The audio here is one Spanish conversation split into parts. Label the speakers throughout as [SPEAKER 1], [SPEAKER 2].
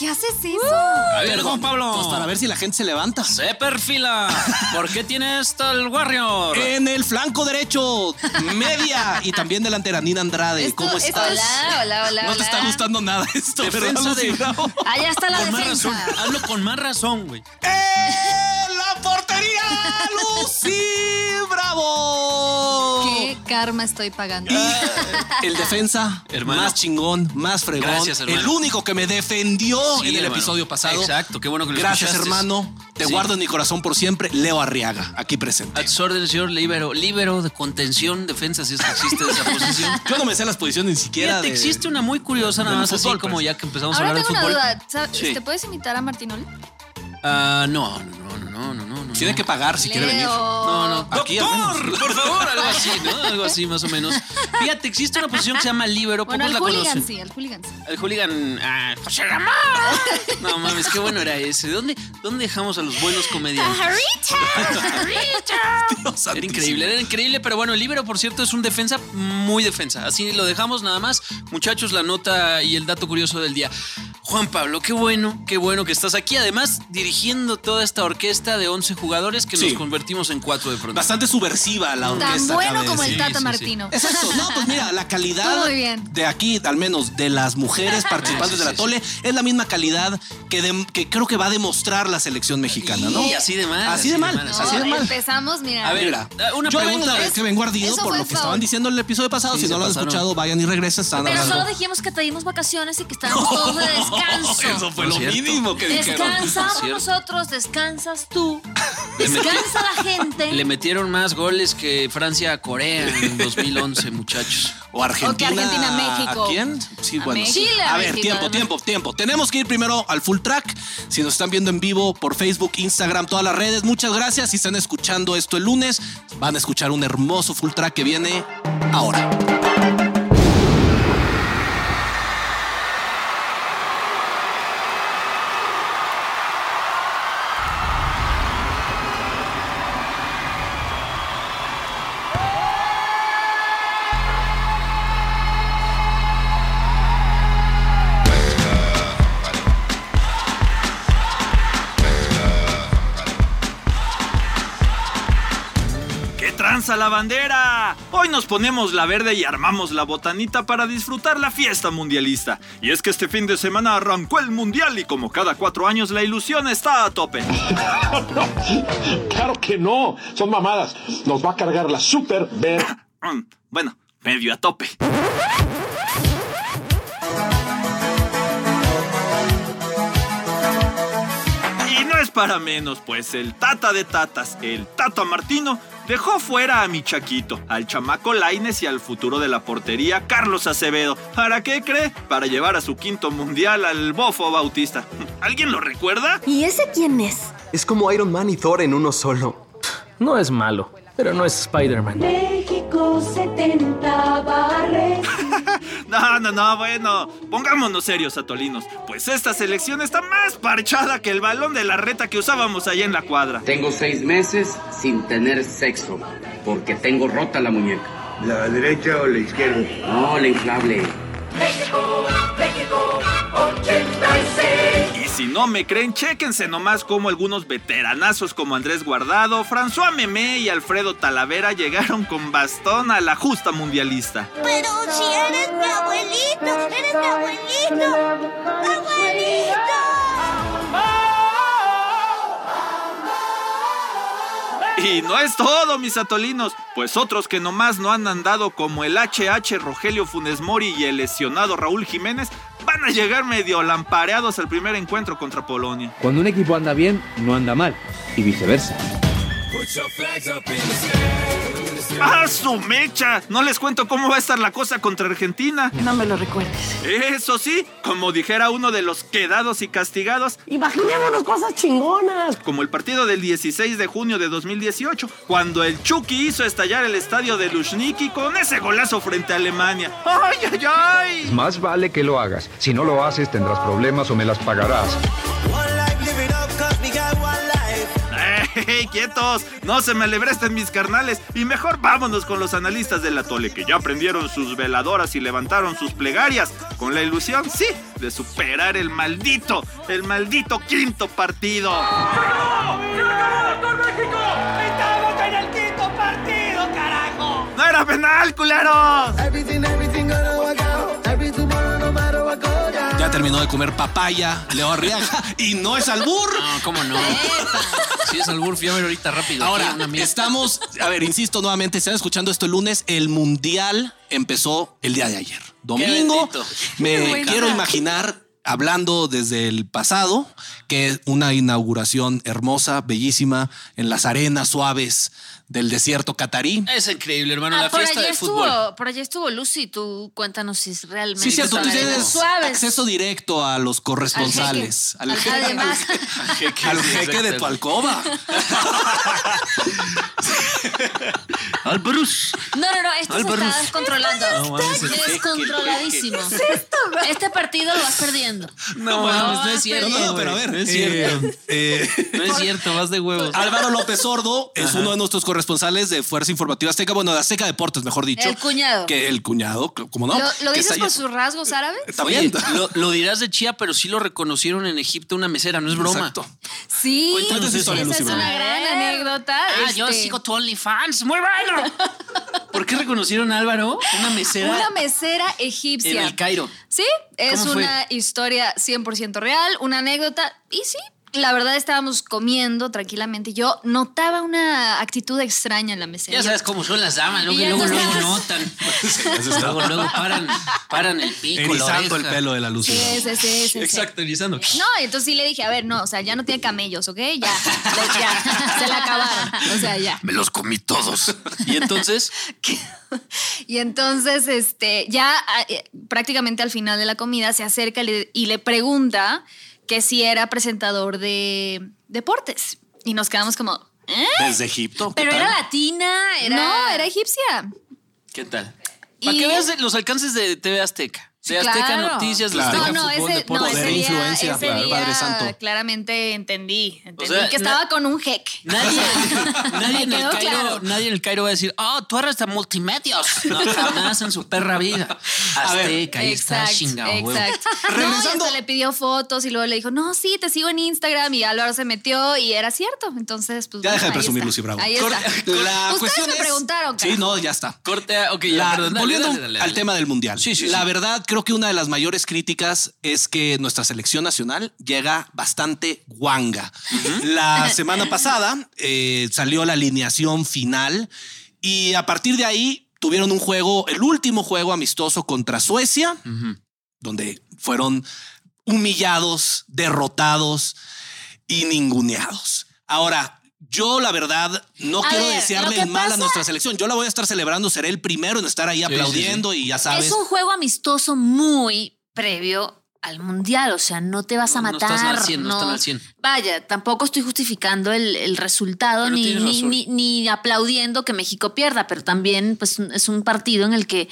[SPEAKER 1] es eso?
[SPEAKER 2] A ver, don Pablo.
[SPEAKER 3] Pues para ver si la gente se levanta.
[SPEAKER 2] Se perfila. ¿Por qué tiene esta el Warrior?
[SPEAKER 3] En el flanco derecho, media y también delantera, Nina Andrade.
[SPEAKER 1] Esto-
[SPEAKER 3] ¿Cómo
[SPEAKER 1] esto-
[SPEAKER 3] estás?
[SPEAKER 1] Hola, hola, hola.
[SPEAKER 3] no te está
[SPEAKER 1] hola.
[SPEAKER 3] gustando nada esto, ¿verdad,
[SPEAKER 2] Defensa de-
[SPEAKER 3] Lucinao?
[SPEAKER 1] Allá está la
[SPEAKER 2] con más razón.
[SPEAKER 1] defensa.
[SPEAKER 2] Hazlo con más razón, güey.
[SPEAKER 3] ¡En la portería, Lucy Bravo!
[SPEAKER 1] ¿Qué karma estoy pagando?
[SPEAKER 3] Y el defensa
[SPEAKER 2] Hermano.
[SPEAKER 3] más chingón, más fregón.
[SPEAKER 2] Gracias, hermano.
[SPEAKER 3] El único que me defendió en
[SPEAKER 2] Sí,
[SPEAKER 3] el
[SPEAKER 2] hermano.
[SPEAKER 3] episodio pasado.
[SPEAKER 2] Exacto, qué bueno que lo
[SPEAKER 3] Gracias,
[SPEAKER 2] escuchaste.
[SPEAKER 3] hermano. Te
[SPEAKER 2] Sí.
[SPEAKER 3] guardo en mi corazón por siempre. Leo Arriaga, aquí
[SPEAKER 2] A
[SPEAKER 3] presente.
[SPEAKER 2] tus órdenes, señor Libero. Libero de contención, defensa, si es que existe esa posición.
[SPEAKER 3] Yo no me sé las posiciones ni siquiera.
[SPEAKER 2] Fíjate,
[SPEAKER 3] de-
[SPEAKER 2] existe una muy curiosa, nada
[SPEAKER 3] del
[SPEAKER 2] más así
[SPEAKER 3] fútbol,
[SPEAKER 2] como
[SPEAKER 3] pues.
[SPEAKER 2] ya que empezamos a
[SPEAKER 1] Ahora
[SPEAKER 2] hablar
[SPEAKER 1] tengo una
[SPEAKER 2] de fútbol.
[SPEAKER 1] duda. ¿sabes-
[SPEAKER 2] Sí.
[SPEAKER 1] ¿Te puedes imitar a Martinoli?
[SPEAKER 2] Ah, no, no, no, no, no, no, no.
[SPEAKER 3] Tiene que pagar si quiere venir.
[SPEAKER 2] No, no.
[SPEAKER 3] Aquí al
[SPEAKER 2] ¡Doctor!
[SPEAKER 3] menos.
[SPEAKER 2] Por favor, algo así, ¿no? Algo así, más o menos. Fíjate, existe una posición que se llama libero.
[SPEAKER 1] Bueno,
[SPEAKER 2] Pocos la
[SPEAKER 1] al hooligan
[SPEAKER 2] conocen.
[SPEAKER 1] sí, al hooligan sí.
[SPEAKER 2] El hooligan. Ah, José Ramón. No mames, qué bueno era ese. ¿Dónde, dónde dejamos a los buenos
[SPEAKER 1] Ah,
[SPEAKER 2] comediantes?
[SPEAKER 3] Dios
[SPEAKER 2] Era
[SPEAKER 3] santísimo.
[SPEAKER 2] increíble, era increíble, pero bueno, el Libero, por cierto, es un defensa muy defensa. Así lo dejamos nada más. Muchachos, la nota y el dato curioso del día. Juan Pablo, qué bueno, qué bueno que estás aquí. Además, dirigiendo toda esta orquesta de 11 jugadores que
[SPEAKER 3] Sí.
[SPEAKER 2] nos convertimos en cuatro de pronto.
[SPEAKER 3] Bastante subversiva la orquesta.
[SPEAKER 1] Tan
[SPEAKER 3] cabe
[SPEAKER 1] bueno como el
[SPEAKER 3] decir.
[SPEAKER 2] Sí,
[SPEAKER 1] Tata
[SPEAKER 2] sí, sí.
[SPEAKER 1] Martino.
[SPEAKER 3] Exacto. No, pues mira, la calidad
[SPEAKER 1] Muy bien.
[SPEAKER 3] de aquí, al menos de las mujeres participantes
[SPEAKER 2] Sí, sí,
[SPEAKER 3] de la
[SPEAKER 2] sí,
[SPEAKER 3] tole, es la misma calidad que, dem- que creo que va a demostrar la selección mexicana, ¿no?
[SPEAKER 2] Y así de mal,
[SPEAKER 3] Así de mal, así de
[SPEAKER 1] No,
[SPEAKER 3] mal.
[SPEAKER 1] Empezamos, mira.
[SPEAKER 2] A ver,
[SPEAKER 3] Mira,
[SPEAKER 2] una
[SPEAKER 3] yo vengo
[SPEAKER 2] pregunta.
[SPEAKER 3] la vez que vengo ardido
[SPEAKER 1] Eso
[SPEAKER 3] por
[SPEAKER 1] fue
[SPEAKER 3] lo que
[SPEAKER 1] foul.
[SPEAKER 3] estaban diciendo en el episodio pasado.
[SPEAKER 2] Sí,
[SPEAKER 3] si
[SPEAKER 2] se
[SPEAKER 3] no lo han
[SPEAKER 2] pasaron.
[SPEAKER 3] escuchado, vayan y regresen. Están
[SPEAKER 4] Pero
[SPEAKER 3] hablando.
[SPEAKER 4] solo dijimos que pedimos vacaciones y que estábamos todos de descanso.
[SPEAKER 3] Eso fue
[SPEAKER 2] No
[SPEAKER 3] lo
[SPEAKER 2] es cierto.
[SPEAKER 3] mínimo que dijeron.
[SPEAKER 4] Descansamos
[SPEAKER 2] Cierto.
[SPEAKER 4] nosotros, descansas tú, descansa la
[SPEAKER 2] Le
[SPEAKER 4] gente.
[SPEAKER 2] metieron más goles que Francia a Corea en 2011, muchachos.
[SPEAKER 3] O Argentina.
[SPEAKER 1] Argentina, México.
[SPEAKER 3] ¿A quién? Sí,
[SPEAKER 1] A
[SPEAKER 3] bueno.
[SPEAKER 1] México. Chile,
[SPEAKER 3] a
[SPEAKER 1] a
[SPEAKER 3] ver,
[SPEAKER 1] México,
[SPEAKER 3] tiempo,
[SPEAKER 1] además.
[SPEAKER 3] tiempo, tiempo. Tenemos que ir primero al full track. Si nos están viendo en vivo por Facebook, Instagram, todas las redes, muchas gracias. Si están escuchando esto el lunes, van a escuchar un hermoso full track que viene ahora.
[SPEAKER 5] ¡Qué tranza la bandera! Hoy nos ponemos la verde y armamos la botanita para disfrutar la fiesta mundialista. Y es que este fin de semana arrancó el mundial y como cada cuatro años la ilusión está a tope.
[SPEAKER 6] Claro que no, son mamadas. Nos va a cargar la super ver.
[SPEAKER 5] Mm, Bueno, medio a tope. Y no es para menos, pues el tata de tatas, el tata Martino, dejó fuera a mi chaquito, al chamaco Laines y al futuro de la portería Carlos Acevedo. ¿Para qué cree? Para llevar a su quinto mundial al bofo Bautista. ¿Alguien lo recuerda?
[SPEAKER 7] ¿Y ese quién es?
[SPEAKER 8] Es como Iron Man y Thor en uno solo.
[SPEAKER 9] No es malo, pero no es Spider-Man.
[SPEAKER 7] México 70 barres.
[SPEAKER 5] No, no, no, bueno, pongámonos serios, atolinos, pues esta selección está más parchada que el balón de la reta que usábamos allá en la cuadra.
[SPEAKER 10] Tengo seis meses sin tener sexo, porque tengo rota la muñeca. ¿La derecha o la izquierda? No, la inflable.
[SPEAKER 5] Y si no me creen, chéquense nomás cómo algunos veteranazos como Andrés Guardado, François Memé y Alfredo Talavera llegaron con bastón a la justa mundialista.
[SPEAKER 7] Pero si eres mi abuelito, eres mi abuelito. ¡Abuelito!
[SPEAKER 5] Y no es todo, mis atolinos, pues otros que nomás no han andado como el HH Rogelio Funes Mori y el lesionado Raúl Jiménez van a llegar medio lampareados al primer encuentro contra Polonia.
[SPEAKER 9] Cuando un equipo anda bien, no anda mal. Y viceversa.
[SPEAKER 5] ¡Ah, su mecha! No les cuento cómo va a estar la cosa contra Argentina.
[SPEAKER 7] No me lo recuerdes.
[SPEAKER 5] Eso sí, como dijera uno de los quedados y castigados,
[SPEAKER 7] Imaginémonos cosas chingonas.
[SPEAKER 5] como el partido del 16 de junio de 2018, cuando el Chucky hizo estallar el estadio de Lushniki con ese golazo frente a Alemania. ¡Ay, ay, ay!
[SPEAKER 9] Más vale que lo hagas. Si no lo haces, tendrás problemas o me las pagarás.
[SPEAKER 5] Ey, güey, quietos. No se me alebresten mis carnales. Y mejor vámonos con los analistas del atole que ya prendieron sus veladoras y levantaron sus plegarias. Con la ilusión, sí, de superar el maldito, el maldito quinto partido.
[SPEAKER 7] ¡Estamos en el quinto partido, carajo!
[SPEAKER 5] ¡No era penal, culeros!
[SPEAKER 3] Ya terminó de comer papaya, Leo Arriaga, y no es albur.
[SPEAKER 2] No, cómo no. Si es albur, fui a ver ahorita rápido.
[SPEAKER 3] Ahora,
[SPEAKER 2] Aquí, una mierda.
[SPEAKER 3] estamos, a ver, insisto nuevamente, están escuchando esto el lunes, el Mundial empezó el día de ayer. Domingo,
[SPEAKER 2] bendito.
[SPEAKER 1] Qué
[SPEAKER 3] me
[SPEAKER 1] buena.
[SPEAKER 3] quiero imaginar, hablando desde el pasado, que es una inauguración hermosa, bellísima, en las arenas suaves del desierto catarí.
[SPEAKER 2] Es increíble, hermano.
[SPEAKER 4] Ah,
[SPEAKER 2] la
[SPEAKER 4] por
[SPEAKER 2] fiesta
[SPEAKER 4] allí
[SPEAKER 2] de fútbol.
[SPEAKER 4] estuvo, por allí estuvo Lucy, tú cuéntanos si es realmente
[SPEAKER 3] Sí, cierto, tú
[SPEAKER 4] suave.
[SPEAKER 3] tienes
[SPEAKER 4] suaves.
[SPEAKER 3] acceso directo a los corresponsales, al jeque,
[SPEAKER 4] Además,
[SPEAKER 2] Al jeque,
[SPEAKER 3] al
[SPEAKER 2] sí,
[SPEAKER 3] jeque de
[SPEAKER 2] exacto.
[SPEAKER 3] tu alcoba.
[SPEAKER 2] Al Bruce.
[SPEAKER 4] no, no, no, esto se
[SPEAKER 2] Álvaro.
[SPEAKER 4] está descontrolando. Descontroladísimo. Este partido lo vas perdiendo.
[SPEAKER 2] No, mames, no es
[SPEAKER 3] No,
[SPEAKER 2] cierto.
[SPEAKER 3] no, no, pero a
[SPEAKER 2] güey.
[SPEAKER 3] ver.
[SPEAKER 2] No es
[SPEAKER 3] eh,
[SPEAKER 2] cierto.
[SPEAKER 3] eh,
[SPEAKER 2] No es cierto, vas de huevos.
[SPEAKER 3] Álvaro López Sordo es uno de nuestros corresponsales de Fuerza Informativa Azteca, bueno, de Azteca Deportes, mejor dicho.
[SPEAKER 4] El cuñado.
[SPEAKER 3] Que el cuñado, como no.
[SPEAKER 1] ¿Lo, lo
[SPEAKER 3] que
[SPEAKER 1] dices
[SPEAKER 3] está
[SPEAKER 1] por
[SPEAKER 3] ahí-
[SPEAKER 1] sus rasgos árabes?
[SPEAKER 3] Está
[SPEAKER 2] Oye,
[SPEAKER 3] bien.
[SPEAKER 2] lo, lo dirás de chía, pero sí lo reconocieron en Egipto una mesera, no es broma.
[SPEAKER 3] Exacto.
[SPEAKER 1] Sí.
[SPEAKER 3] Cuéntanos esa historia,
[SPEAKER 1] Esa es
[SPEAKER 3] Lucy,
[SPEAKER 1] una
[SPEAKER 3] bro.
[SPEAKER 1] gran anécdota.
[SPEAKER 2] Ah, yo
[SPEAKER 1] este,
[SPEAKER 2] sigo tu OnlyFans. Muy bueno. ¿Por qué reconocieron a Álvaro? Una mesera
[SPEAKER 1] Una mesera egipcia.
[SPEAKER 2] en el Cairo.
[SPEAKER 1] Sí, es
[SPEAKER 2] ¿Cómo fue?
[SPEAKER 1] una historia 100% real, una anécdota. Y sí, la verdad estábamos comiendo tranquilamente. Yo notaba una actitud extraña en la mesera.
[SPEAKER 2] Ya sabes cómo son las damas, luego,
[SPEAKER 1] Y ya
[SPEAKER 2] luego,
[SPEAKER 1] no
[SPEAKER 2] luego
[SPEAKER 1] estabas-
[SPEAKER 2] notan.
[SPEAKER 3] Pues
[SPEAKER 2] luego, luego paran, paran el pico. la
[SPEAKER 3] Erizando el
[SPEAKER 2] oreja.
[SPEAKER 3] pelo de la luz.
[SPEAKER 1] Sí, sí, sí, sí, sí.
[SPEAKER 2] Exacto, erizando.
[SPEAKER 1] No, entonces sí le dije, a ver, no, o sea, ya no tiene camellos, ¿ok? Ya, pues ya, se la acabaron. O sea, ya.
[SPEAKER 2] Me los comí todos. Y entonces,
[SPEAKER 1] Y entonces, este, ya ah, eh, prácticamente al final de la comida se acerca y le, y le pregunta que si era presentador de deportes. Y nos quedamos como, ¿eh?
[SPEAKER 3] Desde Egipto. ¿qué
[SPEAKER 4] Pero
[SPEAKER 3] tal?
[SPEAKER 4] era
[SPEAKER 2] Ah.
[SPEAKER 4] latina, era.
[SPEAKER 1] No, era egipcia.
[SPEAKER 2] ¿qué tal? Para
[SPEAKER 1] Y-
[SPEAKER 2] que veas los alcances de TV Azteca.
[SPEAKER 1] Sí,
[SPEAKER 2] De Azteca
[SPEAKER 1] claro.
[SPEAKER 2] Noticias, de
[SPEAKER 3] Claro.
[SPEAKER 2] Azteca
[SPEAKER 1] No, no,
[SPEAKER 2] Fútbol,
[SPEAKER 1] ese, no,
[SPEAKER 2] Deportes.
[SPEAKER 1] ese
[SPEAKER 3] Poder,
[SPEAKER 1] día,
[SPEAKER 3] influencia,
[SPEAKER 1] ese
[SPEAKER 3] claro,
[SPEAKER 1] día
[SPEAKER 3] Padre Santo.
[SPEAKER 1] claramente entendí. Entendí
[SPEAKER 2] O sea,
[SPEAKER 1] que
[SPEAKER 2] na-
[SPEAKER 1] estaba con un jeque.
[SPEAKER 2] Nadie, nadie, en
[SPEAKER 1] Me
[SPEAKER 2] el
[SPEAKER 1] quedó
[SPEAKER 2] Cairo,
[SPEAKER 1] claro.
[SPEAKER 2] nadie en el Cairo va a decir, oh, tú eres de multimedios. No, jamás en su perra vida.
[SPEAKER 3] ver.
[SPEAKER 2] Azteca, ahí está, chingado. huevo.
[SPEAKER 1] exacto. No, y hasta
[SPEAKER 3] Regresando-
[SPEAKER 1] le pidió fotos y luego le dijo, no, sí, te sigo en Instagram y Álvaro se metió y era cierto. Entonces, pues
[SPEAKER 3] Ya deja de
[SPEAKER 1] bueno, ahí
[SPEAKER 3] presumir,
[SPEAKER 1] está.
[SPEAKER 3] Lucy Bravo.
[SPEAKER 1] Ahí
[SPEAKER 2] Corta-
[SPEAKER 1] está.
[SPEAKER 3] La
[SPEAKER 1] Ustedes
[SPEAKER 3] cuestión
[SPEAKER 1] me
[SPEAKER 3] es-
[SPEAKER 1] preguntaron,
[SPEAKER 3] Sí,
[SPEAKER 1] carajo.
[SPEAKER 3] no, ya está.
[SPEAKER 2] Corte, a- ok, ya,
[SPEAKER 3] La-
[SPEAKER 2] perdón, dale,
[SPEAKER 3] volviendo
[SPEAKER 2] dale, dale, dale.
[SPEAKER 3] al tema del mundial.
[SPEAKER 2] Sí, sí,
[SPEAKER 3] la
[SPEAKER 2] sí.
[SPEAKER 3] verdad, creo que una de las mayores críticas es que nuestra selección nacional llega bastante guanga. La semana pasada eh, salió la alineación final y a partir de ahí tuvieron un juego, el último juego amistoso contra Suecia, donde fueron humillados, derrotados y ninguneados. Ahora, yo la verdad no
[SPEAKER 4] A
[SPEAKER 3] quiero
[SPEAKER 4] ver,
[SPEAKER 3] desearle
[SPEAKER 4] lo que
[SPEAKER 3] el mal a
[SPEAKER 4] pasa-
[SPEAKER 3] nuestra selección. Yo la voy a estar celebrando, seré el primero en estar ahí
[SPEAKER 2] sí,
[SPEAKER 3] aplaudiendo y ya sabes.
[SPEAKER 4] Es un juego amistoso muy previo al mundial, o sea, no te vas a
[SPEAKER 2] No, no
[SPEAKER 4] matar.
[SPEAKER 2] estás al 100, no están al 100.
[SPEAKER 4] Vaya, tampoco estoy justificando el, el resultado
[SPEAKER 2] Pero
[SPEAKER 4] ni,
[SPEAKER 2] tienes
[SPEAKER 4] ni,
[SPEAKER 2] razón.
[SPEAKER 4] ni- ni aplaudiendo que México pierda, pero también pues, un- es un partido en el que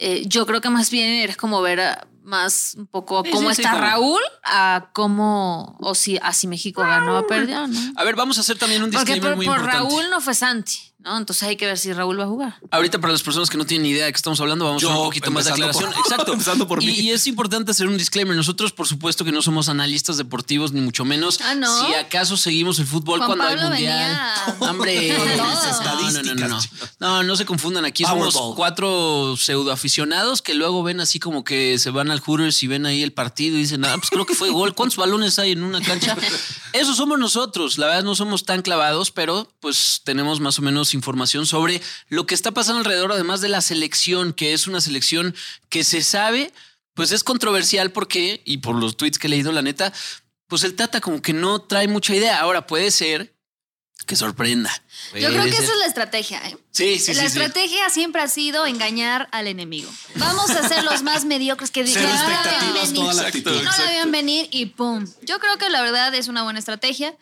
[SPEAKER 4] eh, yo creo que más bien eres como ver a- más un poco
[SPEAKER 2] Sí,
[SPEAKER 4] cómo
[SPEAKER 2] sí, sí,
[SPEAKER 4] está
[SPEAKER 2] como-
[SPEAKER 4] Raúl a cómo, o si así México ganó o perdió, ¿no?
[SPEAKER 2] A ver, vamos a hacer también un
[SPEAKER 4] Porque
[SPEAKER 2] Ah. disclaimer
[SPEAKER 4] por,
[SPEAKER 2] muy
[SPEAKER 4] por
[SPEAKER 2] importante.
[SPEAKER 4] Raúl no fue Santi, ¿no? Entonces hay que ver si Raúl va a jugar.
[SPEAKER 2] Ahorita para las personas que no tienen ni idea de qué estamos hablando, vamos
[SPEAKER 3] Yo,
[SPEAKER 2] a hacer un poquito más de
[SPEAKER 3] empezando
[SPEAKER 2] aclaración.
[SPEAKER 3] por-
[SPEAKER 2] Exacto.
[SPEAKER 3] empezando por
[SPEAKER 2] y,
[SPEAKER 3] mí.
[SPEAKER 2] y es importante hacer un disclaimer. Nosotros, por supuesto, que no somos analistas deportivos, ni mucho menos.
[SPEAKER 1] Ah, ¿no?
[SPEAKER 2] Si acaso seguimos el fútbol
[SPEAKER 1] Juan
[SPEAKER 2] cuando hay
[SPEAKER 1] Pablo
[SPEAKER 2] mundial.
[SPEAKER 1] venía
[SPEAKER 2] Hombre,
[SPEAKER 1] con todo.
[SPEAKER 2] no, no, no, no, no. No, no se confundan. Aquí somos
[SPEAKER 3] Powerball.
[SPEAKER 2] cuatro pseudoaficionados que luego ven así como que se van al Hooters y ven ahí el partido y dicen, ah, pues creo que fue gol. ¿Cuántos balones hay en una cancha? Eso somos nosotros. La verdad, no somos tan clavados, pero pues tenemos más o menos información sobre lo que está pasando alrededor, además de la selección, que es una selección que se sabe, pues es controversial porque, y por los tweets que he leído, la neta, pues el Tata como que no trae mucha idea. Ahora puede ser que sorprenda.
[SPEAKER 1] Yo creo
[SPEAKER 2] Puede
[SPEAKER 1] que
[SPEAKER 2] ser.
[SPEAKER 1] esa es la estrategia. ¿eh?
[SPEAKER 2] Sí, sí,
[SPEAKER 1] la
[SPEAKER 2] sí, sí.
[SPEAKER 1] estrategia siempre ha sido engañar al enemigo. Vamos a ser los más mediocres que
[SPEAKER 3] Cero
[SPEAKER 1] digan, "Ah,
[SPEAKER 3] expectativas,
[SPEAKER 1] venir".
[SPEAKER 3] toda la
[SPEAKER 2] Exacto.
[SPEAKER 3] actitud.
[SPEAKER 1] que no la vieron venir y pum. Yo creo que la verdad es una buena estrategia.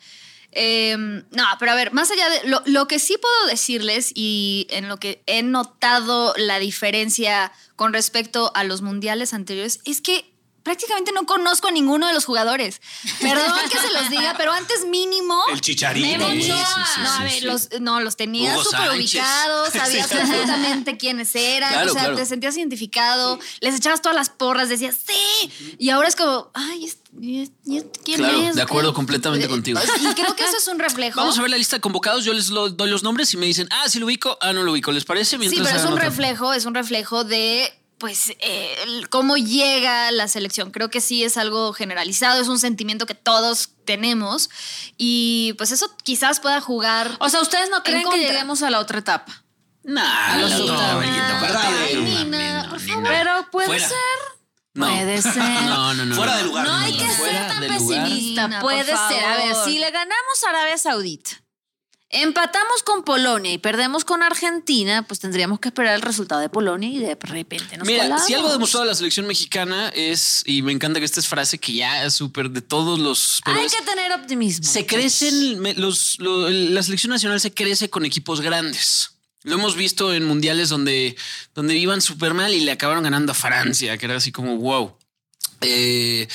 [SPEAKER 1] Eh, no, pero a ver, más allá de lo, lo que sí puedo decirles y en lo que he notado la diferencia con respecto a los mundiales anteriores es que prácticamente no conozco a ninguno de los jugadores. Perdón que se los diga, pero antes mínimo.
[SPEAKER 3] El Chicharito.
[SPEAKER 1] Memo
[SPEAKER 3] Sí, sí,
[SPEAKER 1] Ochoa.
[SPEAKER 3] sí,
[SPEAKER 1] Ah, no, a
[SPEAKER 3] sí,
[SPEAKER 1] ver,
[SPEAKER 3] sí.
[SPEAKER 1] los, no, los tenía
[SPEAKER 3] Hugo
[SPEAKER 1] súper
[SPEAKER 3] Sánchez.
[SPEAKER 1] ubicados, sabías
[SPEAKER 3] Sí.
[SPEAKER 1] perfectamente quiénes eran,
[SPEAKER 2] Claro,
[SPEAKER 1] o sea,
[SPEAKER 2] claro.
[SPEAKER 1] te sentías identificado, les echabas todas las porras, decías, sí. Y ahora es como, ay, este- y este- y este, ¿quién
[SPEAKER 2] Claro,
[SPEAKER 1] es?
[SPEAKER 2] de acuerdo
[SPEAKER 1] ¿Qué-
[SPEAKER 2] completamente
[SPEAKER 1] eh,
[SPEAKER 2] contigo.
[SPEAKER 1] Y creo que eso es un reflejo.
[SPEAKER 2] Vamos a ver la lista de convocados, yo les lo- doy los nombres y me dicen, ah, sí lo ubico, ah, no lo ubico, ¿les parece?
[SPEAKER 1] Sí,
[SPEAKER 2] Mientras
[SPEAKER 1] pero es
[SPEAKER 2] hagan
[SPEAKER 1] un
[SPEAKER 2] otra.
[SPEAKER 1] reflejo, es un reflejo de pues eh, el- cómo llega la selección. Creo que sí es algo generalizado, es un sentimiento que todos tenemos y pues eso quizás pueda jugar.
[SPEAKER 4] O sea, ¿ustedes no creen que
[SPEAKER 1] contra.
[SPEAKER 4] lleguemos a la otra etapa?
[SPEAKER 2] Nah,
[SPEAKER 4] Los
[SPEAKER 2] Ah, no,
[SPEAKER 4] octavos.
[SPEAKER 2] Benito, aparte de-
[SPEAKER 1] Ay,
[SPEAKER 2] no,
[SPEAKER 1] Nina,
[SPEAKER 2] no,
[SPEAKER 1] por
[SPEAKER 2] Nina.
[SPEAKER 1] favor.
[SPEAKER 4] Pero puede
[SPEAKER 2] Fuera.
[SPEAKER 4] ser.
[SPEAKER 2] No.
[SPEAKER 4] Puede ser.
[SPEAKER 2] No, no, no.
[SPEAKER 3] Fuera de lugar.
[SPEAKER 4] No hay que ser
[SPEAKER 2] Fuera
[SPEAKER 4] tan
[SPEAKER 2] de lugar.
[SPEAKER 4] pesimista.
[SPEAKER 1] Nina, por
[SPEAKER 4] Puede ser. A ver,
[SPEAKER 1] favor.
[SPEAKER 4] si le ganamos a Arabia Saudita, empatamos con Polonia y perdemos con Argentina, pues tendríamos que esperar el resultado de Polonia y de repente nos
[SPEAKER 2] Mira,
[SPEAKER 4] colamos.
[SPEAKER 2] si algo ha demostrado la selección mexicana es, y me encanta que esta es frase que ya es súper de todos los... pero
[SPEAKER 4] Hay
[SPEAKER 2] es-
[SPEAKER 4] que tener optimismo.
[SPEAKER 2] Se crecen, me- los, lo- la selección nacional se crece con equipos grandes. Lo hemos visto en mundiales donde, donde iban súper mal y le acabaron ganando a Francia, que era así como wow. Eh,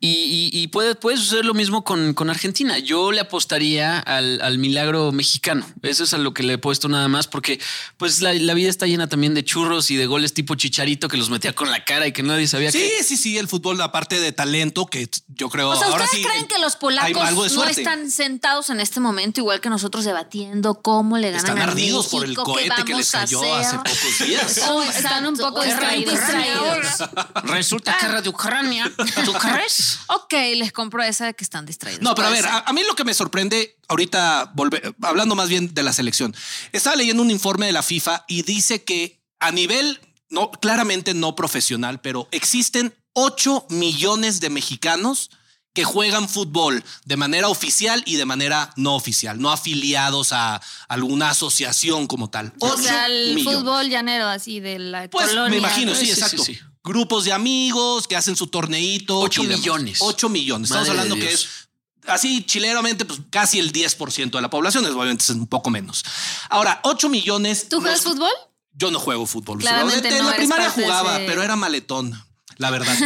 [SPEAKER 2] y, y- y puede, puede suceder lo mismo con, con Argentina. Yo le apostaría al, al milagro mexicano. Eso es a lo que le he puesto nada más, porque pues la, la vida está llena también de churros y de goles tipo chicharito que los metía con la cara y que nadie sabía
[SPEAKER 3] Sí,
[SPEAKER 2] que.
[SPEAKER 3] sí, sí, el fútbol, la parte de talento que t- yo creo.
[SPEAKER 4] O sea,
[SPEAKER 3] ahora
[SPEAKER 4] ¿ustedes
[SPEAKER 3] sí, eh,
[SPEAKER 4] creen que los
[SPEAKER 3] hay
[SPEAKER 4] polacos
[SPEAKER 3] algo de
[SPEAKER 4] no
[SPEAKER 3] suerte?
[SPEAKER 4] están sentados en este momento igual que nosotros debatiendo cómo le ganan
[SPEAKER 3] Están
[SPEAKER 4] a
[SPEAKER 3] ardidos
[SPEAKER 4] México,
[SPEAKER 3] por el
[SPEAKER 4] qué
[SPEAKER 3] cohete que
[SPEAKER 4] vamos
[SPEAKER 3] les
[SPEAKER 4] a
[SPEAKER 3] cayó
[SPEAKER 4] hacer?
[SPEAKER 3] hace pocos días.
[SPEAKER 4] Oh,
[SPEAKER 1] Están un poco distraídos.
[SPEAKER 2] Resulta que era de Ah, Ucrania. ¿Tú crees?
[SPEAKER 4] Ok, les compro esa de que están distraídos.
[SPEAKER 3] No, pero a
[SPEAKER 4] Puede
[SPEAKER 3] ver,
[SPEAKER 4] ser.
[SPEAKER 3] a, a mí lo que me sorprende ahorita, volve- hablando más bien de la selección, estaba leyendo un informe de la FIFA y dice que a nivel, no, claramente no profesional, pero existen 8 millones de mexicanos que juegan fútbol de manera oficial y de manera no oficial, no afiliados a alguna asociación como tal.
[SPEAKER 1] O
[SPEAKER 3] 8
[SPEAKER 1] sea, el
[SPEAKER 3] millones.
[SPEAKER 1] fútbol llanero así de la
[SPEAKER 3] Pues
[SPEAKER 1] colonia.
[SPEAKER 3] me imagino, sí,
[SPEAKER 2] Sí, sí,
[SPEAKER 3] exacto.
[SPEAKER 2] sí, sí.
[SPEAKER 3] Grupos de amigos que hacen su torneito.
[SPEAKER 2] Ocho
[SPEAKER 3] y demás.
[SPEAKER 2] millones.
[SPEAKER 3] Ocho millones.
[SPEAKER 2] Madre
[SPEAKER 3] Estamos hablando
[SPEAKER 2] de
[SPEAKER 3] que
[SPEAKER 2] Dios.
[SPEAKER 3] es así chileramente, pues casi el 10% de la población. Es, obviamente es un poco menos. Ahora, ocho millones.
[SPEAKER 1] ¿Tú juegas
[SPEAKER 3] nos-
[SPEAKER 1] fútbol?
[SPEAKER 3] Yo no juego fútbol.
[SPEAKER 1] Claramente
[SPEAKER 3] Seguramente en
[SPEAKER 1] no
[SPEAKER 3] la
[SPEAKER 1] eres
[SPEAKER 3] primaria
[SPEAKER 1] parte de
[SPEAKER 3] jugaba,
[SPEAKER 1] ese-
[SPEAKER 3] pero era maletón, la verdad.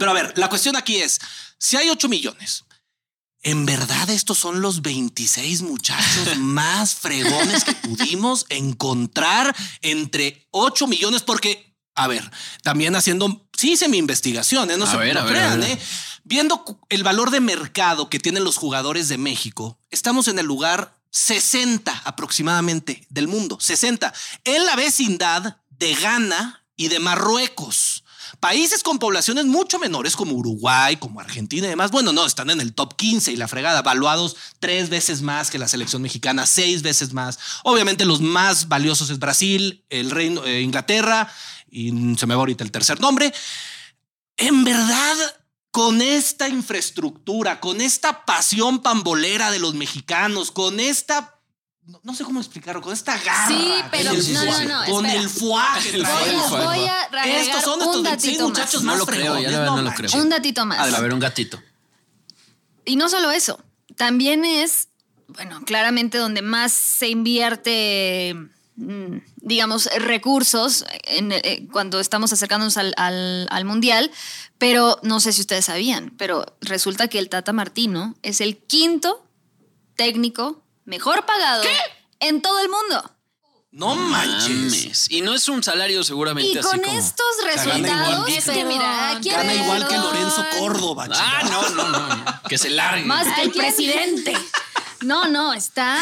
[SPEAKER 3] pero a ver, la cuestión aquí es, si hay ocho millones, ¿En verdad estos son los 26 muchachos más fregones que pudimos encontrar entre 8 millones? Porque, a ver, también haciendo, sí hice mi investigación, ¿eh? no
[SPEAKER 2] A
[SPEAKER 3] se
[SPEAKER 2] ver,
[SPEAKER 3] no
[SPEAKER 2] a ver,
[SPEAKER 3] crean,
[SPEAKER 2] a ver.
[SPEAKER 3] ¿eh? viendo cu- el valor de mercado que tienen los jugadores de México, estamos en el lugar 60 aproximadamente del mundo, 60, en la vecindad de Ghana y de Marruecos. Países con poblaciones mucho menores como Uruguay, como Argentina y demás, bueno, no, están en el top 15 y la fregada, valuados tres veces más que la selección mexicana, seis veces más. Obviamente los más valiosos es Brasil, el Reino, eh, Inglaterra y mm, se me va ahorita el tercer nombre. En verdad, con esta infraestructura, con esta pasión pambolera de los mexicanos, con esta... No, no sé cómo explicarlo, con esta garra.
[SPEAKER 1] Sí, pero-
[SPEAKER 3] con el
[SPEAKER 1] no,
[SPEAKER 3] fuá-
[SPEAKER 1] no, no,
[SPEAKER 3] Con
[SPEAKER 1] espera.
[SPEAKER 3] el fuá que
[SPEAKER 2] El
[SPEAKER 1] Voy
[SPEAKER 3] traen.
[SPEAKER 1] a,
[SPEAKER 2] Fútbol.
[SPEAKER 1] voy a agregar
[SPEAKER 3] Estos son estos
[SPEAKER 1] un
[SPEAKER 3] 26
[SPEAKER 1] datito más.
[SPEAKER 3] muchachos
[SPEAKER 2] No
[SPEAKER 3] más
[SPEAKER 2] lo creo,
[SPEAKER 3] fregones,
[SPEAKER 2] ya la verdad no lo
[SPEAKER 3] manches.
[SPEAKER 2] creo.
[SPEAKER 1] Un datito más.
[SPEAKER 2] A ver, un gatito.
[SPEAKER 1] Y no solo eso, también es, bueno, claramente donde más se invierte, mm, digamos, recursos en, eh, cuando estamos acercándonos al, al- al Mundial, pero no sé si ustedes sabían, pero resulta que el Tata Martino es el quinto técnico mejor pagado en todo el mundo.
[SPEAKER 3] No manches.
[SPEAKER 2] Mames. Y no es un salario seguramente
[SPEAKER 1] Y
[SPEAKER 2] así
[SPEAKER 1] con
[SPEAKER 2] como-
[SPEAKER 1] estos
[SPEAKER 3] sea, gana
[SPEAKER 1] resultados,
[SPEAKER 3] igual que-
[SPEAKER 1] es que mira, aquí
[SPEAKER 3] Gana
[SPEAKER 1] hay
[SPEAKER 3] igual que
[SPEAKER 1] perdón.
[SPEAKER 3] Lorenzo Córdoba.
[SPEAKER 2] Ah,
[SPEAKER 3] chingada.
[SPEAKER 2] no, no, no, no. Que se largue.
[SPEAKER 1] Más que el
[SPEAKER 4] ¿Quién?
[SPEAKER 1] presidente. No, no, está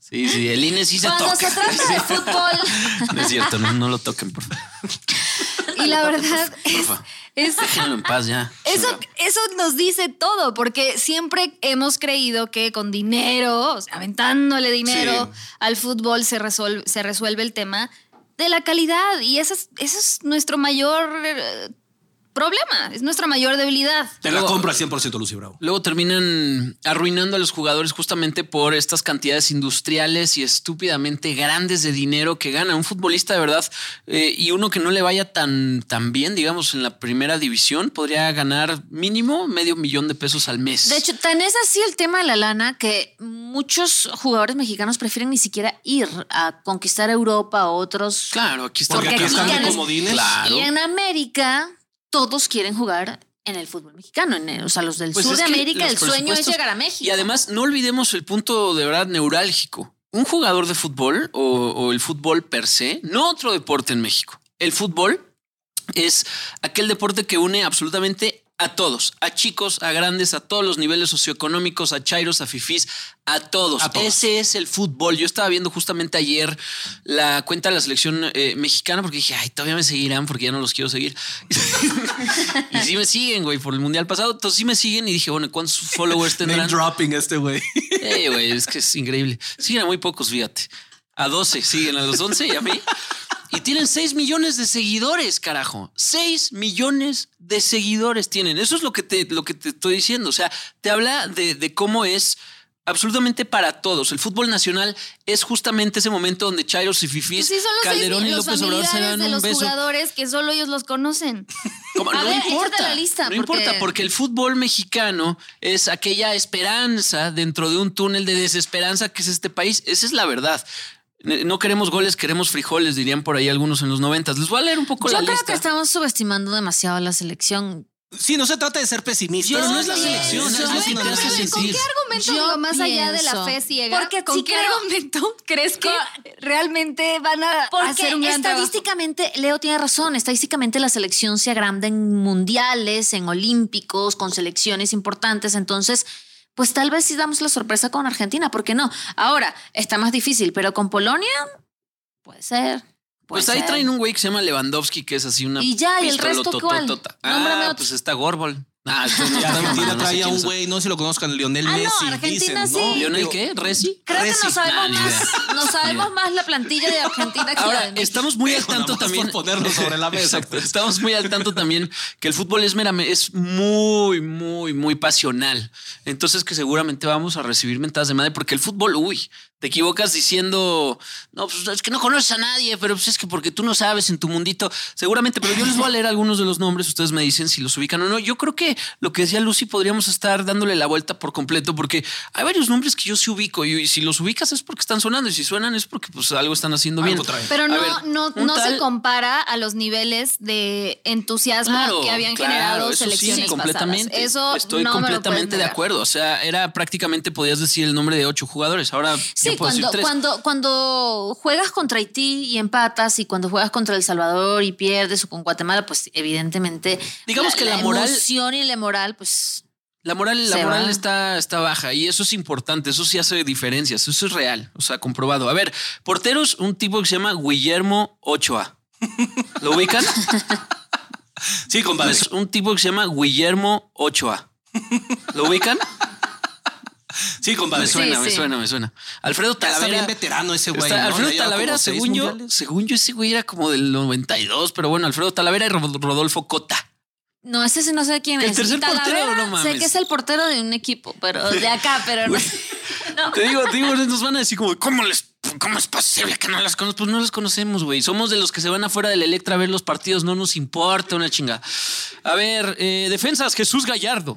[SPEAKER 2] Sí, sí, el INE sí se
[SPEAKER 4] Cuando se
[SPEAKER 2] toca.
[SPEAKER 4] trata de fútbol,
[SPEAKER 2] No es cierto, no, no lo toquen, por favor.
[SPEAKER 1] Y la verdad es,
[SPEAKER 2] Porfa.
[SPEAKER 1] es-
[SPEAKER 2] Déjenlo en paz ya.
[SPEAKER 1] eso, eso nos dice todo, porque siempre hemos creído que con dinero, o sea, aventándole dinero al fútbol, se resuelve, se resuelve el tema de la calidad. Y ese es, ese es nuestro mayor eh, problema, es nuestra mayor debilidad.
[SPEAKER 3] Te la compro al 100% Lucy Bravo.
[SPEAKER 2] Luego terminan arruinando a los jugadores justamente por estas cantidades industriales y estúpidamente grandes de dinero que gana un futbolista de verdad eh, y uno que no le vaya tan, tan bien, digamos, en la primera división, podría ganar mínimo medio millón de pesos al mes.
[SPEAKER 4] de hecho, tan es así el tema de la lana que muchos jugadores mexicanos prefieren ni siquiera ir a conquistar Europa o otros.
[SPEAKER 2] claro, aquí está
[SPEAKER 4] Porque
[SPEAKER 2] la
[SPEAKER 4] aquí
[SPEAKER 2] cama.
[SPEAKER 4] ganan-
[SPEAKER 3] comodines.
[SPEAKER 2] Claro.
[SPEAKER 4] Y en América todos quieren jugar en el fútbol mexicano. en el- o sea, los del
[SPEAKER 2] Pues
[SPEAKER 4] sur
[SPEAKER 2] es
[SPEAKER 4] de
[SPEAKER 2] que
[SPEAKER 4] América,
[SPEAKER 2] los
[SPEAKER 4] el sueño es
[SPEAKER 2] presupuestos-
[SPEAKER 4] llegar a México.
[SPEAKER 2] Y además, no olvidemos el punto de verdad neurálgico. Un jugador de fútbol o, o el fútbol per se, no otro deporte en México. El fútbol es aquel deporte que une absolutamente a todos, a chicos, a grandes, a todos los niveles socioeconómicos, a chairos, a fifís, a todos.
[SPEAKER 3] A todos.
[SPEAKER 2] Ese es el fútbol. Yo estaba viendo justamente ayer la cuenta de la selección eh, mexicana porque dije, ay, todavía me seguirán porque ya no los quiero seguir. y sí me siguen, güey, por el mundial pasado. Entonces sí me siguen y dije, bueno, ¿cuántos followers
[SPEAKER 3] Name
[SPEAKER 2] tendrán?
[SPEAKER 3] dropping este güey.
[SPEAKER 2] Ey, güey, es que es increíble. Siguen a muy pocos, fíjate. A 12, siguen a los 11 y a mí. Y tienen 6 millones de seguidores, carajo. 6 millones de seguidores tienen. Eso es lo que te, lo que te estoy diciendo. O sea, te habla de, de cómo es absolutamente para todos. El fútbol nacional es justamente ese momento donde Chairos y Fifis,
[SPEAKER 1] Pues sí, son los, seis-
[SPEAKER 2] Calderón y
[SPEAKER 1] los
[SPEAKER 2] López Obrador se
[SPEAKER 1] familiares
[SPEAKER 2] dan
[SPEAKER 1] de
[SPEAKER 2] un
[SPEAKER 1] los
[SPEAKER 2] beso.
[SPEAKER 1] jugadores que solo ellos los conocen.
[SPEAKER 2] Como,
[SPEAKER 1] A
[SPEAKER 2] no
[SPEAKER 1] ver,
[SPEAKER 2] importa.
[SPEAKER 1] échate la lista,
[SPEAKER 2] no
[SPEAKER 1] porque-
[SPEAKER 2] importa, porque el fútbol mexicano es aquella esperanza dentro de un túnel de desesperanza que es este país. Esa es la verdad. Ne- No queremos goles, queremos frijoles, dirían por ahí algunos en los noventas. Les voy a leer un poco
[SPEAKER 4] Yo
[SPEAKER 2] la
[SPEAKER 4] creo
[SPEAKER 2] lista.
[SPEAKER 4] que estamos subestimando demasiado a la selección.
[SPEAKER 3] Sí, no se trata de ser pesimista.
[SPEAKER 2] Pero no es la
[SPEAKER 3] Sí,
[SPEAKER 2] selección,
[SPEAKER 3] sí,
[SPEAKER 2] es
[SPEAKER 3] sí,
[SPEAKER 2] lo que
[SPEAKER 3] no
[SPEAKER 2] te hace
[SPEAKER 3] es-
[SPEAKER 1] ¿Con
[SPEAKER 2] sentir.
[SPEAKER 1] qué argumento,
[SPEAKER 4] Yo
[SPEAKER 1] digo, más allá de la fe
[SPEAKER 4] pienso-
[SPEAKER 1] ciega?
[SPEAKER 4] Porque
[SPEAKER 1] ¿Con
[SPEAKER 4] sí
[SPEAKER 1] qué
[SPEAKER 4] creo-
[SPEAKER 1] argumento crees que realmente van a
[SPEAKER 4] Porque
[SPEAKER 1] hacer un gran trabajo?
[SPEAKER 4] estadísticamente, Leo tiene razón, estadísticamente la selección se agranda en mundiales, en olímpicos, con selecciones importantes, entonces, pues tal vez sí damos la sorpresa con Argentina, ¿por qué no? Ahora, está más difícil, pero con Polonia puede ser. puede
[SPEAKER 2] Pues ahí
[SPEAKER 4] ser.
[SPEAKER 2] traen un güey que se llama Lewandowski, que es así una.
[SPEAKER 4] Y ya, ¿y el
[SPEAKER 2] pistola
[SPEAKER 4] resto cuál?
[SPEAKER 2] tototota.
[SPEAKER 4] Nómbrame
[SPEAKER 2] Ah,
[SPEAKER 4] otro.
[SPEAKER 2] pues está Gorbol. Ah, esto no
[SPEAKER 3] Ya
[SPEAKER 2] está,
[SPEAKER 3] Argentina
[SPEAKER 2] no sé
[SPEAKER 3] trae a un
[SPEAKER 2] quiénes son.
[SPEAKER 3] güey, no sé si lo conozcan, Lionel
[SPEAKER 4] Ah, no,
[SPEAKER 3] Messi.
[SPEAKER 4] Argentina
[SPEAKER 3] dicen,
[SPEAKER 4] sí.
[SPEAKER 3] ¿no?
[SPEAKER 2] ¿Lionel qué? ¿Resi?
[SPEAKER 4] Creo que
[SPEAKER 3] Resi.
[SPEAKER 4] no sabemos,
[SPEAKER 2] Nah, ni idea.
[SPEAKER 4] más, no sabemos más la plantilla de Argentina que
[SPEAKER 2] Ahora,
[SPEAKER 4] la de México.
[SPEAKER 2] estamos muy al
[SPEAKER 3] Digo, nada
[SPEAKER 2] tanto
[SPEAKER 3] más por
[SPEAKER 2] también.
[SPEAKER 3] ponerlo sobre la mesa,
[SPEAKER 2] Exacto.
[SPEAKER 3] pues.
[SPEAKER 2] Estamos muy al tanto también que el fútbol es, merame- es muy, muy, muy pasional. Entonces, que seguramente vamos a recibir mentadas de madre porque el fútbol, uy, te equivocas diciendo, no, pues es que no conoces a nadie, pero pues es que porque tú no sabes en tu mundito, seguramente, pero yo les voy a leer algunos de los nombres, ustedes me dicen si los ubican o no. Yo creo que lo que decía Lucy podríamos estar dándole la vuelta por completo porque hay varios nombres que yo sí ubico y, y si los ubicas es porque están sonando y si suenan es porque pues algo están haciendo bien.
[SPEAKER 3] Algo traen.
[SPEAKER 1] Pero
[SPEAKER 2] A
[SPEAKER 1] no,
[SPEAKER 2] ver,
[SPEAKER 1] no,
[SPEAKER 2] un
[SPEAKER 1] no se
[SPEAKER 2] tal-
[SPEAKER 1] compara a los niveles de entusiasmo
[SPEAKER 2] Claro,
[SPEAKER 1] que habían
[SPEAKER 2] claro,
[SPEAKER 1] generado
[SPEAKER 2] eso sí,
[SPEAKER 1] selecciones
[SPEAKER 2] completamente.
[SPEAKER 1] pasadas. Eso
[SPEAKER 2] Estoy
[SPEAKER 1] no me lo puedes
[SPEAKER 2] completamente de
[SPEAKER 1] negar.
[SPEAKER 2] acuerdo. O sea, era prácticamente podías decir el nombre de ocho jugadores. Ahora
[SPEAKER 4] Sí,
[SPEAKER 2] ya puedo decir
[SPEAKER 4] cuando,
[SPEAKER 2] tres.
[SPEAKER 4] cuando, cuando juegas contra Haití y empatas y cuando juegas contra El Salvador y pierdes o con Guatemala, pues evidentemente
[SPEAKER 2] Digamos que la moral-
[SPEAKER 4] emoción y la moral, pues
[SPEAKER 2] La moral, la
[SPEAKER 4] Se
[SPEAKER 2] moral
[SPEAKER 4] va.
[SPEAKER 2] está, está baja y eso es importante, eso sí hace diferencias, eso es real, o sea, comprobado. A ver, porteros, un tipo que se llama Guillermo Ochoa. ¿Lo ubican?
[SPEAKER 3] Sí, compadre.
[SPEAKER 2] Es un tipo que se llama Guillermo Ochoa. ¿Lo ubican?
[SPEAKER 3] Sí, compadre.
[SPEAKER 2] Me suena,
[SPEAKER 4] Sí,
[SPEAKER 2] me
[SPEAKER 4] sí.
[SPEAKER 2] suena, me suena. Alfredo
[SPEAKER 3] Ya está
[SPEAKER 2] Talavera.
[SPEAKER 3] bien veterano ese güey.
[SPEAKER 2] Está
[SPEAKER 3] ¿no?
[SPEAKER 2] Alfredo
[SPEAKER 3] Ya lleva
[SPEAKER 2] Talavera,
[SPEAKER 3] como seis
[SPEAKER 2] según yo,
[SPEAKER 3] mundiales.
[SPEAKER 2] según yo, ese güey era como del 92, pero bueno, Alfredo Talavera y Rod- Rodolfo Cota.
[SPEAKER 4] no, ese sí no sé quién
[SPEAKER 2] ¿El
[SPEAKER 4] es.
[SPEAKER 2] tercer
[SPEAKER 4] Y Talavera,
[SPEAKER 2] portero? No mames.
[SPEAKER 4] Sé que es el portero de un equipo, pero de acá, pero no. no.
[SPEAKER 2] Te digo, te digo, nos van a decir como, ¿cómo, les, ¿cómo es posible que no las conozcamos? Pues no las conocemos, güey. Somos de los que se van afuera del Electra a ver los partidos, no nos importa una chinga. A ver, eh, defensas, Jesús Gallardo.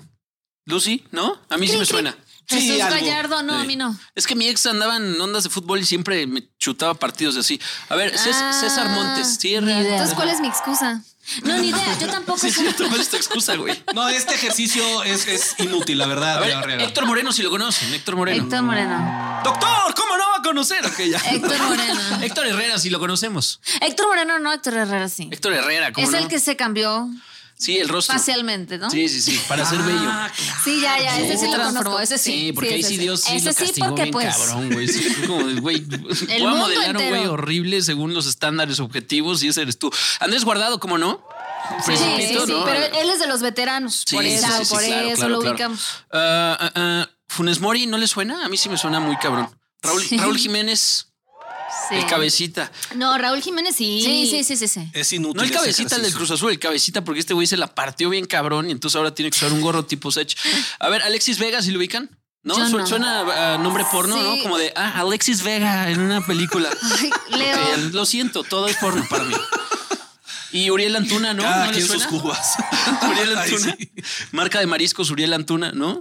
[SPEAKER 2] Lucy, ¿no? A mí sí me suena.
[SPEAKER 3] Sí,
[SPEAKER 4] Jesús
[SPEAKER 3] algo.
[SPEAKER 4] Gallardo, no, a
[SPEAKER 2] Sí.
[SPEAKER 4] mí no.
[SPEAKER 2] Es que mi ex andaba en ondas de fútbol y siempre me chutaba partidos y así. A ver, Cés- César Montes. Sí, es
[SPEAKER 4] Ah, ni
[SPEAKER 2] real.
[SPEAKER 4] idea.
[SPEAKER 1] Entonces, ¿cuál es mi excusa?
[SPEAKER 4] No, ni idea, yo tampoco
[SPEAKER 2] Sí,
[SPEAKER 4] sé.
[SPEAKER 2] sí, toma esta excusa, güey.
[SPEAKER 3] No, este ejercicio es, es inútil, la verdad.
[SPEAKER 2] A
[SPEAKER 3] de la
[SPEAKER 2] ver,
[SPEAKER 3] regla.
[SPEAKER 2] Héctor Moreno si lo conocen, Héctor Moreno.
[SPEAKER 4] Héctor Moreno.
[SPEAKER 2] Doctor, ¿cómo no va a conocer? Ok, ya.
[SPEAKER 4] Héctor Moreno.
[SPEAKER 2] Héctor Herrera si lo conocemos.
[SPEAKER 4] Héctor Moreno no, Héctor Herrera sí.
[SPEAKER 2] Héctor Herrera, ¿cómo
[SPEAKER 4] Es
[SPEAKER 2] no?
[SPEAKER 4] el que se cambió
[SPEAKER 2] Sí, el rostro.
[SPEAKER 4] facialmente, ¿no?
[SPEAKER 2] Sí, sí, sí, para ser bello.
[SPEAKER 3] Ah,
[SPEAKER 1] Sí, ya, ya, ese
[SPEAKER 2] Sí.
[SPEAKER 1] sí lo conozco, ese sí.
[SPEAKER 2] Sí, porque ahí
[SPEAKER 1] ese
[SPEAKER 2] sí Dios sí
[SPEAKER 4] Ese
[SPEAKER 2] lo
[SPEAKER 4] sí,
[SPEAKER 2] castigó
[SPEAKER 4] porque,
[SPEAKER 2] bien
[SPEAKER 4] pues,
[SPEAKER 2] cabrón, güey. Sí, fue como de, güey, voy a
[SPEAKER 1] mundo
[SPEAKER 2] modelar a un güey
[SPEAKER 1] entero.
[SPEAKER 2] horrible según los estándares objetivos y ese eres tú. Andrés Guardado, ¿cómo no?
[SPEAKER 1] Sí, sí,
[SPEAKER 2] Principito,
[SPEAKER 1] sí,
[SPEAKER 2] ¿no?
[SPEAKER 1] pero él es de los veteranos.
[SPEAKER 2] Sí,
[SPEAKER 1] por
[SPEAKER 2] sí,
[SPEAKER 1] eso,
[SPEAKER 2] sí, sí,
[SPEAKER 1] por
[SPEAKER 2] claro,
[SPEAKER 1] eso
[SPEAKER 2] claro,
[SPEAKER 1] lo
[SPEAKER 2] claro.
[SPEAKER 1] ubicamos.
[SPEAKER 2] Ah, ah, ah, Funes Mori, ¿no le suena? A mí sí me suena muy cabrón. Raúl, Raúl Jiménez,
[SPEAKER 4] Sí.
[SPEAKER 2] el cabecita.
[SPEAKER 1] No, Raúl Jiménez sí.
[SPEAKER 4] Sí, sí, sí, sí, sí.
[SPEAKER 3] Es inútil.
[SPEAKER 2] No el
[SPEAKER 3] ese
[SPEAKER 2] cabecita el del
[SPEAKER 3] ejercicio.
[SPEAKER 2] Cruz Azul, el cabecita porque este güey se la partió bien cabrón y entonces ahora tiene que usar un gorro tipo Sech. A ver, Alexis Vega, si lo ubican? No,
[SPEAKER 4] Yo
[SPEAKER 2] Su-
[SPEAKER 4] no.
[SPEAKER 2] suena a nombre porno,
[SPEAKER 1] Sí.
[SPEAKER 2] ¿no? Como de, ah, Alexis Vega en una película.
[SPEAKER 1] Ay, Leo.
[SPEAKER 2] Ok, lo siento, todo es porno para mí. Y Uriel Antuna, ¿no?
[SPEAKER 3] Cada
[SPEAKER 2] ¿No le
[SPEAKER 3] quien sus
[SPEAKER 2] suena?
[SPEAKER 3] cubas.
[SPEAKER 2] Uriel
[SPEAKER 3] Ay,
[SPEAKER 2] Antuna.
[SPEAKER 3] sí.
[SPEAKER 2] Marca de mariscos, Uriel Antuna, ¿no?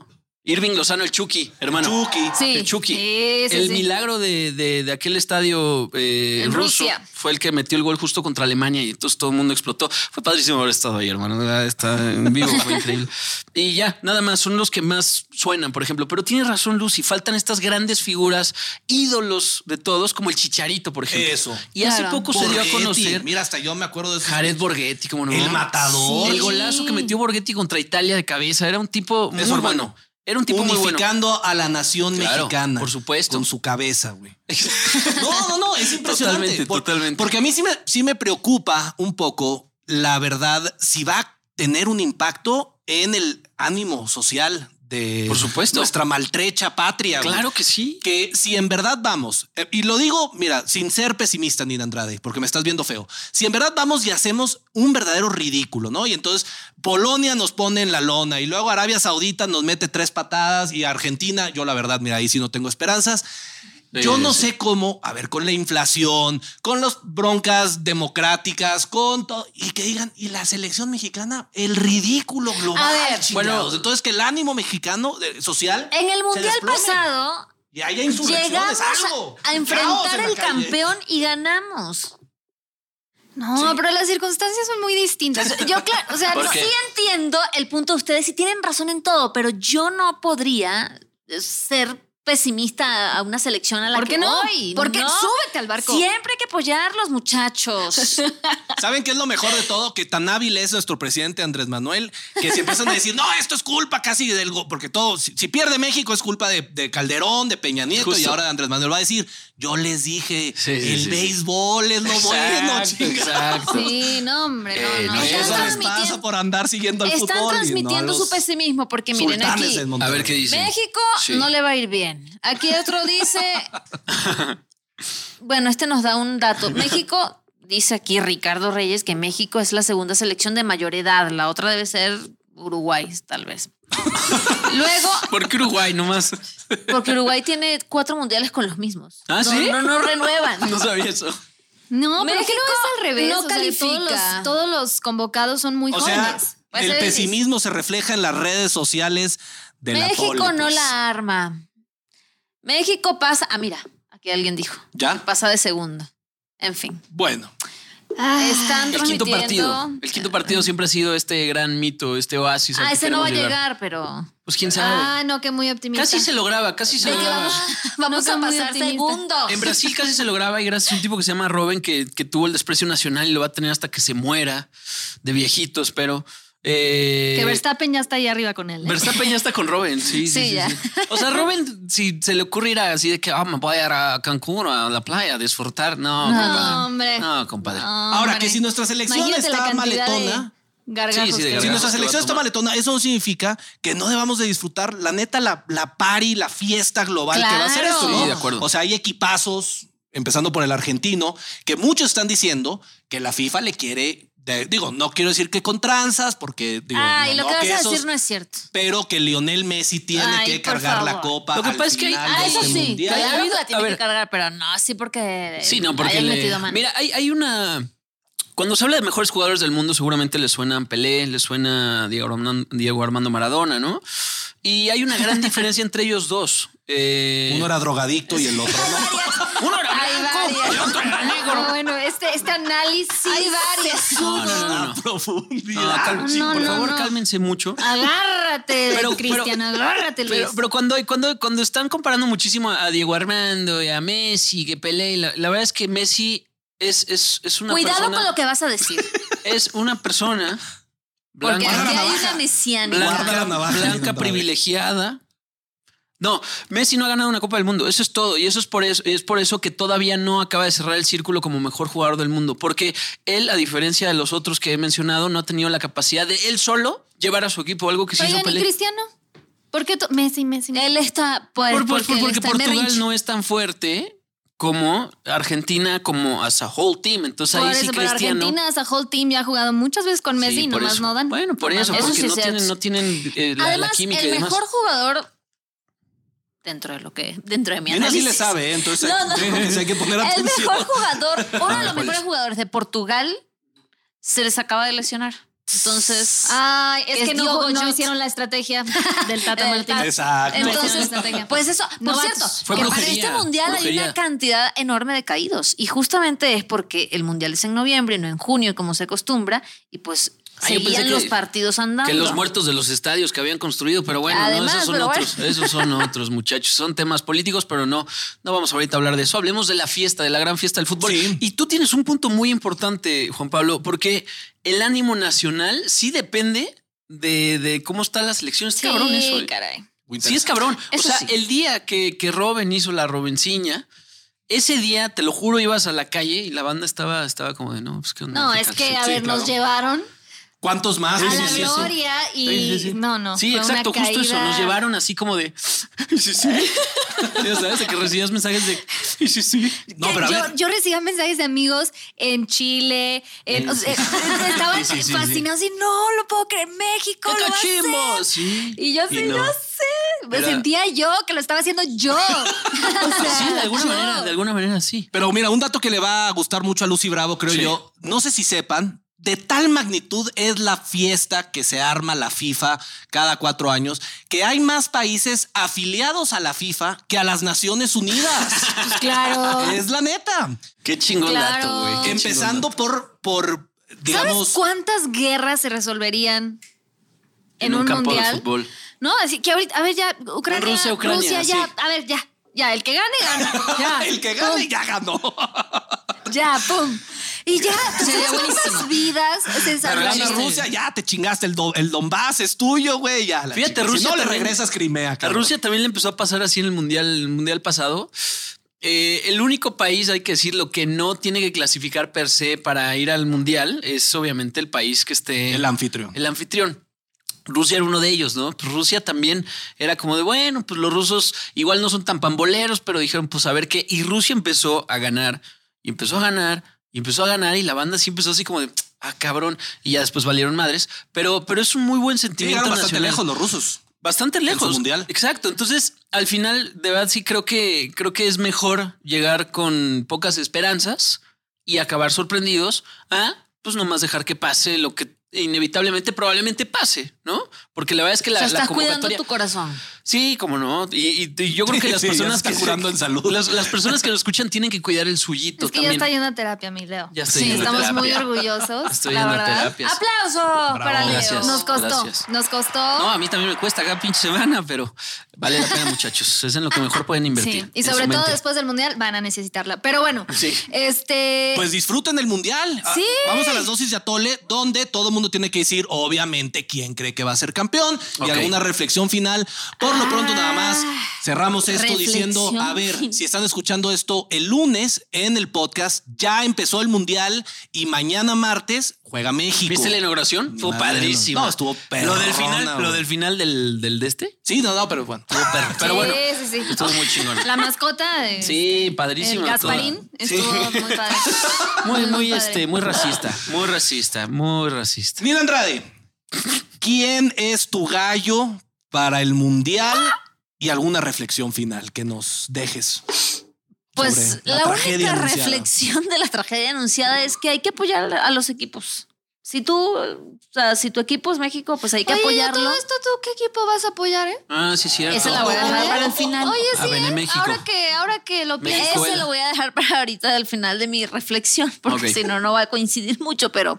[SPEAKER 2] Irving Lozano, el Chucky, hermano.
[SPEAKER 3] Chucky.
[SPEAKER 1] Sí.
[SPEAKER 2] El Chucky.
[SPEAKER 1] Sí, sí,
[SPEAKER 2] el
[SPEAKER 1] sí.
[SPEAKER 2] milagro de, de- de aquel estadio eh,
[SPEAKER 1] En
[SPEAKER 2] ruso
[SPEAKER 1] Rusia.
[SPEAKER 2] fue el que metió el gol justo contra Alemania y entonces todo el mundo explotó. Fue padrísimo haber estado ahí, hermano. Ah, Está en vivo, fue increíble. Y ya, nada más, son los que más suenan, por ejemplo. Pero tienes razón, Lucy, faltan estas grandes figuras, ídolos de todos, como el Chicharito, por ejemplo.
[SPEAKER 3] Eso.
[SPEAKER 2] Y hace
[SPEAKER 4] Claro.
[SPEAKER 2] poco se dio a
[SPEAKER 3] Borghetti.
[SPEAKER 2] conocer.
[SPEAKER 3] Mira, hasta yo me acuerdo de esos-
[SPEAKER 2] Jared Borghetti, como no.
[SPEAKER 3] El matador.
[SPEAKER 2] Sí. El golazo que metió Borghetti contra Italia de cabeza. Era un tipo muy
[SPEAKER 3] Eso, hermano.
[SPEAKER 2] bueno. Era un tipo muy bueno.
[SPEAKER 3] unificando a la nación
[SPEAKER 2] Claro,
[SPEAKER 3] mexicana.
[SPEAKER 2] por supuesto.
[SPEAKER 3] Con su cabeza, güey. No, no, no, es impresionante.
[SPEAKER 2] Totalmente,
[SPEAKER 3] Por-
[SPEAKER 2] totalmente.
[SPEAKER 3] Porque a mí sí me, sí me preocupa un poco, la verdad, si va a tener un impacto en el ánimo social de
[SPEAKER 2] Por supuesto.
[SPEAKER 3] nuestra maltrecha patria. güey.
[SPEAKER 2] Claro que sí.
[SPEAKER 3] Que si en verdad vamos, eh, y lo digo, mira, sin ser pesimista, Nina Andrade, porque me estás viendo feo, si en verdad vamos y hacemos un verdadero ridículo, ¿no? Y entonces Polonia nos pone en la lona y luego Arabia Saudita nos mete tres patadas y Argentina, yo la verdad, mira, ahí sí no tengo esperanzas. Yo
[SPEAKER 2] Sí,
[SPEAKER 3] no
[SPEAKER 2] sí.
[SPEAKER 3] sé cómo, a ver, con la inflación, con las broncas democráticas, con todo, y que digan, y la selección mexicana, el ridículo global.
[SPEAKER 1] A ver.
[SPEAKER 3] bueno,
[SPEAKER 2] Bueno,
[SPEAKER 3] entonces que el ánimo mexicano eh, social.
[SPEAKER 4] En el
[SPEAKER 3] se
[SPEAKER 4] mundial
[SPEAKER 3] desplome.
[SPEAKER 4] pasado
[SPEAKER 3] Y haya insurrecciones,
[SPEAKER 4] llegamos
[SPEAKER 3] algo.
[SPEAKER 4] a, a
[SPEAKER 3] Caos en
[SPEAKER 4] enfrentar
[SPEAKER 3] la calle.
[SPEAKER 4] al campeón y ganamos.
[SPEAKER 1] No, pero las circunstancias son muy distintas. Yo, claro, o sea,
[SPEAKER 2] ¿Por
[SPEAKER 1] no-
[SPEAKER 2] qué?
[SPEAKER 4] Sí entiendo el punto de ustedes y tienen razón en todo, pero yo no podría eh, ser pesimista a una selección a la
[SPEAKER 1] ¿Por
[SPEAKER 4] que
[SPEAKER 1] qué no?
[SPEAKER 4] voy.
[SPEAKER 1] ¿Por qué?
[SPEAKER 4] No.
[SPEAKER 1] Súbete al barco.
[SPEAKER 4] Siempre hay que apoyar los muchachos.
[SPEAKER 3] ¿Saben qué es lo mejor de todo? Que tan hábil es nuestro presidente Andrés Manuel, que se empiezan a decir, no, esto es culpa casi del... go-", Porque todo, si, si pierde México es culpa de, de Calderón, de Peña Nieto,
[SPEAKER 2] Justo.
[SPEAKER 3] y ahora Andrés Manuel va a decir, yo les dije,
[SPEAKER 2] Sí, sí,
[SPEAKER 3] el
[SPEAKER 2] sí.
[SPEAKER 3] béisbol es lo bueno,
[SPEAKER 2] Exacto,
[SPEAKER 3] chinga.
[SPEAKER 2] exacto.
[SPEAKER 1] Sí, no, hombre, no,
[SPEAKER 2] Eh,
[SPEAKER 1] no.
[SPEAKER 2] no,
[SPEAKER 1] Están
[SPEAKER 3] Eso les
[SPEAKER 1] transmitiendo-
[SPEAKER 3] pasa por andar siguiendo al
[SPEAKER 4] Están
[SPEAKER 3] fútbol. y no a
[SPEAKER 4] transmitiendo
[SPEAKER 3] los
[SPEAKER 4] su pesimismo porque miren
[SPEAKER 3] sultanes
[SPEAKER 4] aquí.
[SPEAKER 3] del Monterrey.
[SPEAKER 2] A ver qué dice.
[SPEAKER 4] México
[SPEAKER 2] Sí.
[SPEAKER 4] no le va a ir bien. Aquí otro dice. bueno, este nos da un dato. México, dice aquí Ricardo Reyes, que México es la segunda selección de mayor edad. La otra debe ser Uruguay, tal vez. Luego,
[SPEAKER 2] ¿Por qué Uruguay nomás?
[SPEAKER 4] porque Uruguay tiene cuatro mundiales con los mismos.
[SPEAKER 2] ¿Ah,
[SPEAKER 4] no,
[SPEAKER 2] sí?
[SPEAKER 4] No, no renuevan.
[SPEAKER 2] No sabía eso.
[SPEAKER 1] No, pero es que
[SPEAKER 4] México
[SPEAKER 1] no es al revés.
[SPEAKER 4] no
[SPEAKER 1] o sea, todos,
[SPEAKER 4] califica.
[SPEAKER 1] los, todos los convocados son muy
[SPEAKER 3] O sea,
[SPEAKER 1] jóvenes.
[SPEAKER 4] Pues
[SPEAKER 3] el pesimismo se refleja en las redes sociales de la
[SPEAKER 4] México
[SPEAKER 3] tole,
[SPEAKER 4] no
[SPEAKER 3] pues.
[SPEAKER 4] la arma. México pasa. Ah, mira, aquí alguien dijo.
[SPEAKER 3] ¿Ya?
[SPEAKER 4] Pasa de segundo. En fin.
[SPEAKER 3] Bueno,
[SPEAKER 1] Ah,
[SPEAKER 4] Están
[SPEAKER 2] El quinto
[SPEAKER 4] transmitiendo-
[SPEAKER 2] partido. El quinto partido siempre ha sido este gran mito, este oasis. al
[SPEAKER 4] Ah,
[SPEAKER 2] que
[SPEAKER 4] ese no va a
[SPEAKER 2] queremos
[SPEAKER 4] llegar, pero.
[SPEAKER 2] Pues quién sabe.
[SPEAKER 1] ah, no, que muy optimista.
[SPEAKER 2] casi se lograba, casi se
[SPEAKER 4] ¿De qué
[SPEAKER 2] lograba.
[SPEAKER 4] Vamos
[SPEAKER 1] No
[SPEAKER 4] a
[SPEAKER 1] soy muy
[SPEAKER 4] pasar
[SPEAKER 1] optimista.
[SPEAKER 4] segundos.
[SPEAKER 2] En Brasil casi se lograba y gracias a un tipo que se llama Robin que, que tuvo el desprecio nacional y lo va a tener hasta que se muera de viejitos, pero... eh,
[SPEAKER 1] Que Verstappen ya está ahí arriba con él. ¿eh?
[SPEAKER 2] Verstappen ya está con Robin, sí, sí,
[SPEAKER 1] Sí,
[SPEAKER 2] sí,
[SPEAKER 1] ya.
[SPEAKER 2] sí. O sea, Robin, si se le ocurriera así de que ah, me voy a ir a Cancún o a la playa a disfrutar, no,
[SPEAKER 1] No,
[SPEAKER 2] compadre.
[SPEAKER 1] hombre.
[SPEAKER 2] No, compadre.
[SPEAKER 3] ahora que si nuestra selección
[SPEAKER 1] Imagínate la
[SPEAKER 3] está
[SPEAKER 1] cantidad de
[SPEAKER 3] maletona...
[SPEAKER 1] gargajos
[SPEAKER 2] Sí, sí, de
[SPEAKER 1] que-
[SPEAKER 3] Si
[SPEAKER 2] gargajos.
[SPEAKER 3] nuestra
[SPEAKER 2] que va a
[SPEAKER 3] selección está
[SPEAKER 2] tomar.
[SPEAKER 3] maletona, eso no significa que no debamos de disfrutar, la neta, la, la party, la fiesta global que va a ser
[SPEAKER 1] Claro.
[SPEAKER 3] esto, ¿no?
[SPEAKER 2] Sí, de acuerdo.
[SPEAKER 3] O sea, hay equipazos, empezando por el argentino, que muchos están diciendo que la FIFA le quiere, de- digo, no quiero decir que con tranzas, porque digo,
[SPEAKER 4] Ay,
[SPEAKER 3] no,
[SPEAKER 4] Ah, lo
[SPEAKER 3] no,
[SPEAKER 4] que vas a
[SPEAKER 3] esos-
[SPEAKER 4] decir no es cierto.
[SPEAKER 3] pero que Lionel Messi tiene
[SPEAKER 4] Ay,
[SPEAKER 3] que
[SPEAKER 4] por
[SPEAKER 3] cargar la
[SPEAKER 4] favor.
[SPEAKER 3] copa.
[SPEAKER 2] Lo que
[SPEAKER 3] al
[SPEAKER 2] pasa es que hay-
[SPEAKER 3] final
[SPEAKER 2] Ah,
[SPEAKER 3] de
[SPEAKER 4] eso
[SPEAKER 3] este
[SPEAKER 4] sí.
[SPEAKER 3] mundial.
[SPEAKER 4] Claro que
[SPEAKER 2] A
[SPEAKER 4] la tiene
[SPEAKER 2] ver.
[SPEAKER 4] que cargar, pero no así porque.
[SPEAKER 2] Sí, no, porque
[SPEAKER 4] hayan
[SPEAKER 2] le-
[SPEAKER 4] metido mano.
[SPEAKER 2] Mira, hay, hay una. Cuando se habla de mejores jugadores del mundo, seguramente les suena Pelé, les suena Diego Armando, Diego Armando Maradona, ¿no? Y hay una gran diferencia entre ellos dos. Eh,
[SPEAKER 3] Uno era drogadicto y el otro no.
[SPEAKER 2] uno era
[SPEAKER 1] Hay
[SPEAKER 2] blanco
[SPEAKER 1] varias.
[SPEAKER 2] y el otro era
[SPEAKER 1] No,
[SPEAKER 2] negro.
[SPEAKER 1] bueno, este, este análisis.
[SPEAKER 4] Hay varias.
[SPEAKER 2] No, no, no, no.
[SPEAKER 3] A profundidad.
[SPEAKER 2] No, cal-
[SPEAKER 1] No,
[SPEAKER 2] por
[SPEAKER 1] no,
[SPEAKER 2] favor,
[SPEAKER 1] no.
[SPEAKER 2] cálmense mucho.
[SPEAKER 1] Agárrate,
[SPEAKER 2] Pero- pero-
[SPEAKER 1] Cristian, agárrate, Luis.
[SPEAKER 2] Pero, pero cuando, cuando, cuando están comparando muchísimo a Diego Armando y a Messi, que Pelé, la, la verdad es que Messi es, es, es una
[SPEAKER 4] Cuidado
[SPEAKER 2] persona.
[SPEAKER 4] con lo que vas a decir.
[SPEAKER 2] Es una persona.
[SPEAKER 4] Porque
[SPEAKER 2] blanca-
[SPEAKER 4] aquí hay una mesiana.
[SPEAKER 3] Blanca.
[SPEAKER 2] blanca,
[SPEAKER 3] la navaja,
[SPEAKER 2] blanca
[SPEAKER 3] Nintendo.
[SPEAKER 2] privilegiada. No, Messi no ha ganado una Copa del Mundo. Eso es todo. Y eso es por eso, es por eso que todavía no acaba de cerrar el círculo como mejor jugador del mundo. Porque él, a diferencia de los otros que he mencionado, no ha tenido la capacidad de él solo llevar a su equipo algo que se hizo
[SPEAKER 1] Oigan, ¿y
[SPEAKER 2] Pelé.
[SPEAKER 1] Cristiano? ¿Por qué to- Messi, Messi, Messi?
[SPEAKER 4] Él está. Pues,
[SPEAKER 2] Por- por-
[SPEAKER 4] porque, él
[SPEAKER 2] porque
[SPEAKER 4] está en berrinche.
[SPEAKER 2] Portugal no es tan fuerte como Argentina, como as a whole team. Entonces
[SPEAKER 1] Por
[SPEAKER 2] ahí sí
[SPEAKER 1] eso, pero
[SPEAKER 2] Cristiano.
[SPEAKER 1] Argentina, esa whole team ya ha jugado muchas veces con Messi
[SPEAKER 2] Sí,
[SPEAKER 1] y
[SPEAKER 2] por
[SPEAKER 1] nomás
[SPEAKER 2] eso.
[SPEAKER 1] no dan.
[SPEAKER 2] Bueno, por eso,
[SPEAKER 4] Eso
[SPEAKER 2] porque
[SPEAKER 4] sí es
[SPEAKER 2] no, tienen,
[SPEAKER 4] cierto.
[SPEAKER 2] no tienen eh, la, la
[SPEAKER 4] Además,
[SPEAKER 2] química y
[SPEAKER 4] el
[SPEAKER 2] demás.
[SPEAKER 4] mejor jugador dentro de lo que dentro de mi
[SPEAKER 3] Mira, sí
[SPEAKER 4] análisis.
[SPEAKER 3] le sabe, ¿eh? entonces
[SPEAKER 4] No, no.
[SPEAKER 3] hay que poner
[SPEAKER 4] El
[SPEAKER 3] atención.
[SPEAKER 2] Ah,
[SPEAKER 4] mejor jugador, uno de los
[SPEAKER 2] Mejores.
[SPEAKER 4] mejores jugadores de Portugal se les acaba de lesionar. Entonces,
[SPEAKER 1] Ay, es,
[SPEAKER 4] Es
[SPEAKER 1] que no,
[SPEAKER 4] Diogo
[SPEAKER 1] no
[SPEAKER 4] Jota.
[SPEAKER 1] hicieron la estrategia del Tata
[SPEAKER 4] El Tata.
[SPEAKER 1] Martínez.
[SPEAKER 3] Exacto.
[SPEAKER 1] No hicieron la
[SPEAKER 4] Entonces,
[SPEAKER 1] estrategia.
[SPEAKER 4] pues eso, por
[SPEAKER 1] Novatos.
[SPEAKER 4] cierto,
[SPEAKER 2] Fue
[SPEAKER 4] que para
[SPEAKER 2] brujería,
[SPEAKER 4] este mundial hay
[SPEAKER 2] brujería.
[SPEAKER 4] una cantidad enorme de caídos y justamente es porque el mundial es en noviembre y no en junio como se acostumbra y pues
[SPEAKER 2] Ah, yo pensé
[SPEAKER 4] seguían
[SPEAKER 2] que-
[SPEAKER 4] los partidos andando.
[SPEAKER 2] Que los muertos de los estadios que habían construido, pero bueno, no,
[SPEAKER 4] Además,
[SPEAKER 2] esos son
[SPEAKER 4] pero
[SPEAKER 2] otros,
[SPEAKER 4] bueno.
[SPEAKER 2] esos son otros, muchachos. Son temas políticos, pero no, no vamos ahorita a hablar de eso. Hablemos de la fiesta, de la gran fiesta del fútbol.
[SPEAKER 3] Sí.
[SPEAKER 2] Y tú tienes un punto muy importante, Juan Pablo, porque el ánimo nacional sí depende de, de cómo está la selección. Es
[SPEAKER 1] Sí,
[SPEAKER 2] cabrón eso. ¿eh?
[SPEAKER 1] caray.
[SPEAKER 2] Sí, es cabrón. O
[SPEAKER 4] Eso
[SPEAKER 2] sea,
[SPEAKER 4] sí.
[SPEAKER 2] el día que, que Robin hizo la Robenciña, ese día, te lo juro, ibas a la calle y la banda estaba, estaba como de no, pues qué onda.
[SPEAKER 1] No,
[SPEAKER 2] ¿Qué
[SPEAKER 1] es
[SPEAKER 2] tal?
[SPEAKER 1] que, a
[SPEAKER 3] Sí,
[SPEAKER 1] ver,
[SPEAKER 3] claro.
[SPEAKER 1] nos llevaron
[SPEAKER 3] ¿Cuántos más?
[SPEAKER 1] a
[SPEAKER 3] Sí,
[SPEAKER 1] la
[SPEAKER 3] sí, sí, sí.
[SPEAKER 1] gloria y.
[SPEAKER 2] Sí, sí, sí.
[SPEAKER 1] No, no.
[SPEAKER 2] Sí,
[SPEAKER 1] fue una
[SPEAKER 2] exacto, justo eso.
[SPEAKER 1] caída.
[SPEAKER 2] Nos llevaron así como de. "Y Sí, sí. Ya sabes, de que recibías mensajes de. "Y Sí, sí.
[SPEAKER 3] No,
[SPEAKER 1] Que
[SPEAKER 3] pero a
[SPEAKER 1] yo,
[SPEAKER 3] ver.
[SPEAKER 1] yo recibía mensajes de amigos en Chile,
[SPEAKER 4] Eh,
[SPEAKER 1] en- o sea, estaban
[SPEAKER 2] Sí, sí, sí,
[SPEAKER 1] fascinados y no lo puedo creer, México lo va a hacer".
[SPEAKER 2] ¡Cachimbo! Sí.
[SPEAKER 1] Y yo sí,
[SPEAKER 2] no.
[SPEAKER 1] yo sé, me
[SPEAKER 2] Era-
[SPEAKER 1] sentía yo que lo estaba haciendo yo. O sea,
[SPEAKER 2] Sí, de alguna
[SPEAKER 1] yo.
[SPEAKER 2] manera, de alguna manera sí.
[SPEAKER 3] Pero mira, un dato que le va a gustar mucho a Lucy Bravo, creo
[SPEAKER 2] Sí.
[SPEAKER 3] yo. No sé si sepan, de tal magnitud es la fiesta que se arma la FIFA cada cuatro años, que hay más países afiliados a la FIFA que a las Naciones Unidas.
[SPEAKER 1] Pues claro.
[SPEAKER 3] es la neta.
[SPEAKER 2] Qué chingón
[SPEAKER 1] Claro.
[SPEAKER 2] dato, güey. qué chingón
[SPEAKER 3] Empezando
[SPEAKER 2] dato.
[SPEAKER 3] por, por
[SPEAKER 1] ¿Sabes
[SPEAKER 3] digamos,
[SPEAKER 1] cuántas guerras se resolverían en, un,
[SPEAKER 2] campo de
[SPEAKER 1] mundial?
[SPEAKER 2] fútbol.
[SPEAKER 1] No, así que ahorita, a ver, ya, Ucrania,
[SPEAKER 2] Rusia,
[SPEAKER 1] Rusia,
[SPEAKER 2] Ucrania,
[SPEAKER 1] ya,
[SPEAKER 2] sí.
[SPEAKER 1] a ver, ya, ya, el que gane, gana. Ya,
[SPEAKER 3] el que gane ya ganó.
[SPEAKER 1] pum, ya, pum. Y ya,
[SPEAKER 4] Sería
[SPEAKER 1] serían
[SPEAKER 4] buenísimo.
[SPEAKER 1] buenas vidas se
[SPEAKER 3] Pero
[SPEAKER 1] salvaron.
[SPEAKER 3] gana Rusia, ya te chingaste el, do- el Donbass, es tuyo, güey. Ya, la
[SPEAKER 2] Fíjate,
[SPEAKER 3] chingada.
[SPEAKER 2] Rusia
[SPEAKER 3] Si no le
[SPEAKER 2] también-
[SPEAKER 3] regresas Crimea.
[SPEAKER 2] A
[SPEAKER 3] cabrón.
[SPEAKER 2] Rusia también le empezó a pasar así en el mundial, el mundial pasado. Eh, el único país, hay que decirlo, que no tiene que clasificar per se para ir al mundial es obviamente el país que esté.
[SPEAKER 3] El anfitrión.
[SPEAKER 2] El anfitrión. Rusia era uno de ellos, ¿no? Pues Rusia también era como de, bueno, pues los rusos igual no son tan pamboleros, pero dijeron, pues a ver qué. Y Rusia empezó a ganar, y empezó a ganar, y empezó a ganar, y la banda sí empezó así como de, ah, cabrón, y ya después valieron madres. Pero, pero es un muy buen
[SPEAKER 3] Sí,
[SPEAKER 2] sentimiento.
[SPEAKER 3] llegaron bastante
[SPEAKER 2] nacional.
[SPEAKER 3] lejos los rusos.
[SPEAKER 2] Bastante
[SPEAKER 3] su
[SPEAKER 2] lejos.
[SPEAKER 3] mundial.
[SPEAKER 2] Exacto. Entonces, al final, de verdad, sí creo que creo que es mejor llegar con pocas esperanzas y acabar sorprendidos a pues nomás dejar que pase lo que inevitablemente probablemente pase, ¿no? Porque la verdad es que la,
[SPEAKER 4] o sea,
[SPEAKER 2] la
[SPEAKER 4] estás cuidando
[SPEAKER 2] convocatoria.
[SPEAKER 4] tu corazón.
[SPEAKER 2] Sí, como no. Y, y- y yo creo que las
[SPEAKER 3] Sí, ya
[SPEAKER 2] personas
[SPEAKER 3] está
[SPEAKER 2] que
[SPEAKER 3] curando en salud.
[SPEAKER 2] Las, las personas que lo escuchan tienen que cuidar el suyito
[SPEAKER 1] Es que ya
[SPEAKER 2] también.
[SPEAKER 1] está yendo a terapia, mi Leo.
[SPEAKER 2] Ya estoy
[SPEAKER 1] sí,
[SPEAKER 2] yendo a
[SPEAKER 1] estamos
[SPEAKER 2] terapia.
[SPEAKER 1] muy orgullosos.
[SPEAKER 2] Estoy
[SPEAKER 1] la
[SPEAKER 2] yendo a
[SPEAKER 1] verdad.
[SPEAKER 2] terapia.
[SPEAKER 1] ¡Aplauso para Leo!
[SPEAKER 2] Gracias,
[SPEAKER 1] nos costó,
[SPEAKER 2] gracias.
[SPEAKER 1] nos costó.
[SPEAKER 2] no, a mí también me cuesta cada pinche semana, pero vale la pena, muchachos. Es en lo que mejor pueden invertir.
[SPEAKER 1] sí, y
[SPEAKER 2] en su
[SPEAKER 1] sobre todo
[SPEAKER 2] mente.
[SPEAKER 1] después del mundial van a necesitarla. Pero bueno,
[SPEAKER 2] Sí.
[SPEAKER 1] este.
[SPEAKER 3] Pues disfruten el mundial. Ah,
[SPEAKER 1] Sí.
[SPEAKER 3] Vamos a las dosis de Atole, donde todo el mundo tiene que decir, obviamente, quién cree que va a ser campeón
[SPEAKER 2] Ok.
[SPEAKER 3] y alguna reflexión final. Por lo pronto, nada más cerramos esto
[SPEAKER 4] Reflexión
[SPEAKER 3] diciendo: a ver,
[SPEAKER 4] final.
[SPEAKER 3] si están escuchando esto el lunes en el podcast, ya empezó el mundial y mañana martes juega México.
[SPEAKER 2] ¿Viste la inauguración?
[SPEAKER 3] Ni
[SPEAKER 2] Fue
[SPEAKER 3] madre, no.
[SPEAKER 2] padrísimo.
[SPEAKER 3] No, estuvo
[SPEAKER 2] Lo del
[SPEAKER 3] perrona,
[SPEAKER 2] final,
[SPEAKER 3] güey.
[SPEAKER 2] lo del final del, del de este.
[SPEAKER 3] Sí, no, no, pero bueno.
[SPEAKER 2] Estuvo perro. Pero bueno,
[SPEAKER 1] Sí, sí, sí.
[SPEAKER 2] estuvo muy chingón.
[SPEAKER 1] La mascota de
[SPEAKER 2] Sí,
[SPEAKER 1] el
[SPEAKER 2] padrísimo.
[SPEAKER 1] Gasparín estuvo muy padre.
[SPEAKER 2] Muy, muy,
[SPEAKER 1] padre.
[SPEAKER 2] este, muy racista. Muy racista, muy racista.
[SPEAKER 3] Nina Andrade, ¿quién es tu gallo para el mundial? Y alguna reflexión final que nos dejes.
[SPEAKER 4] Pues
[SPEAKER 3] sobre la
[SPEAKER 4] la,
[SPEAKER 3] tragedia
[SPEAKER 4] única
[SPEAKER 3] anunciada.
[SPEAKER 4] reflexión de la tragedia anunciada es que hay que apoyar a los equipos. Si tú, o sea, si tu equipo es México, pues hay que
[SPEAKER 1] Oye, ¿y a
[SPEAKER 4] apoyarlo.
[SPEAKER 1] todo esto tú qué equipo vas a apoyar, eh?
[SPEAKER 2] Ah, sí, cierto.
[SPEAKER 4] Esa la voy a dejar para el final.
[SPEAKER 1] Oye,
[SPEAKER 2] A
[SPEAKER 1] sí,
[SPEAKER 2] ver, en
[SPEAKER 1] ¿eh?
[SPEAKER 2] México.
[SPEAKER 1] ahora que ahora que lo
[SPEAKER 2] México,
[SPEAKER 1] pienso,
[SPEAKER 2] bueno.
[SPEAKER 4] Ese lo voy a dejar para ahorita al final de mi reflexión, porque
[SPEAKER 2] Ok.
[SPEAKER 4] si no, no va a coincidir mucho, pero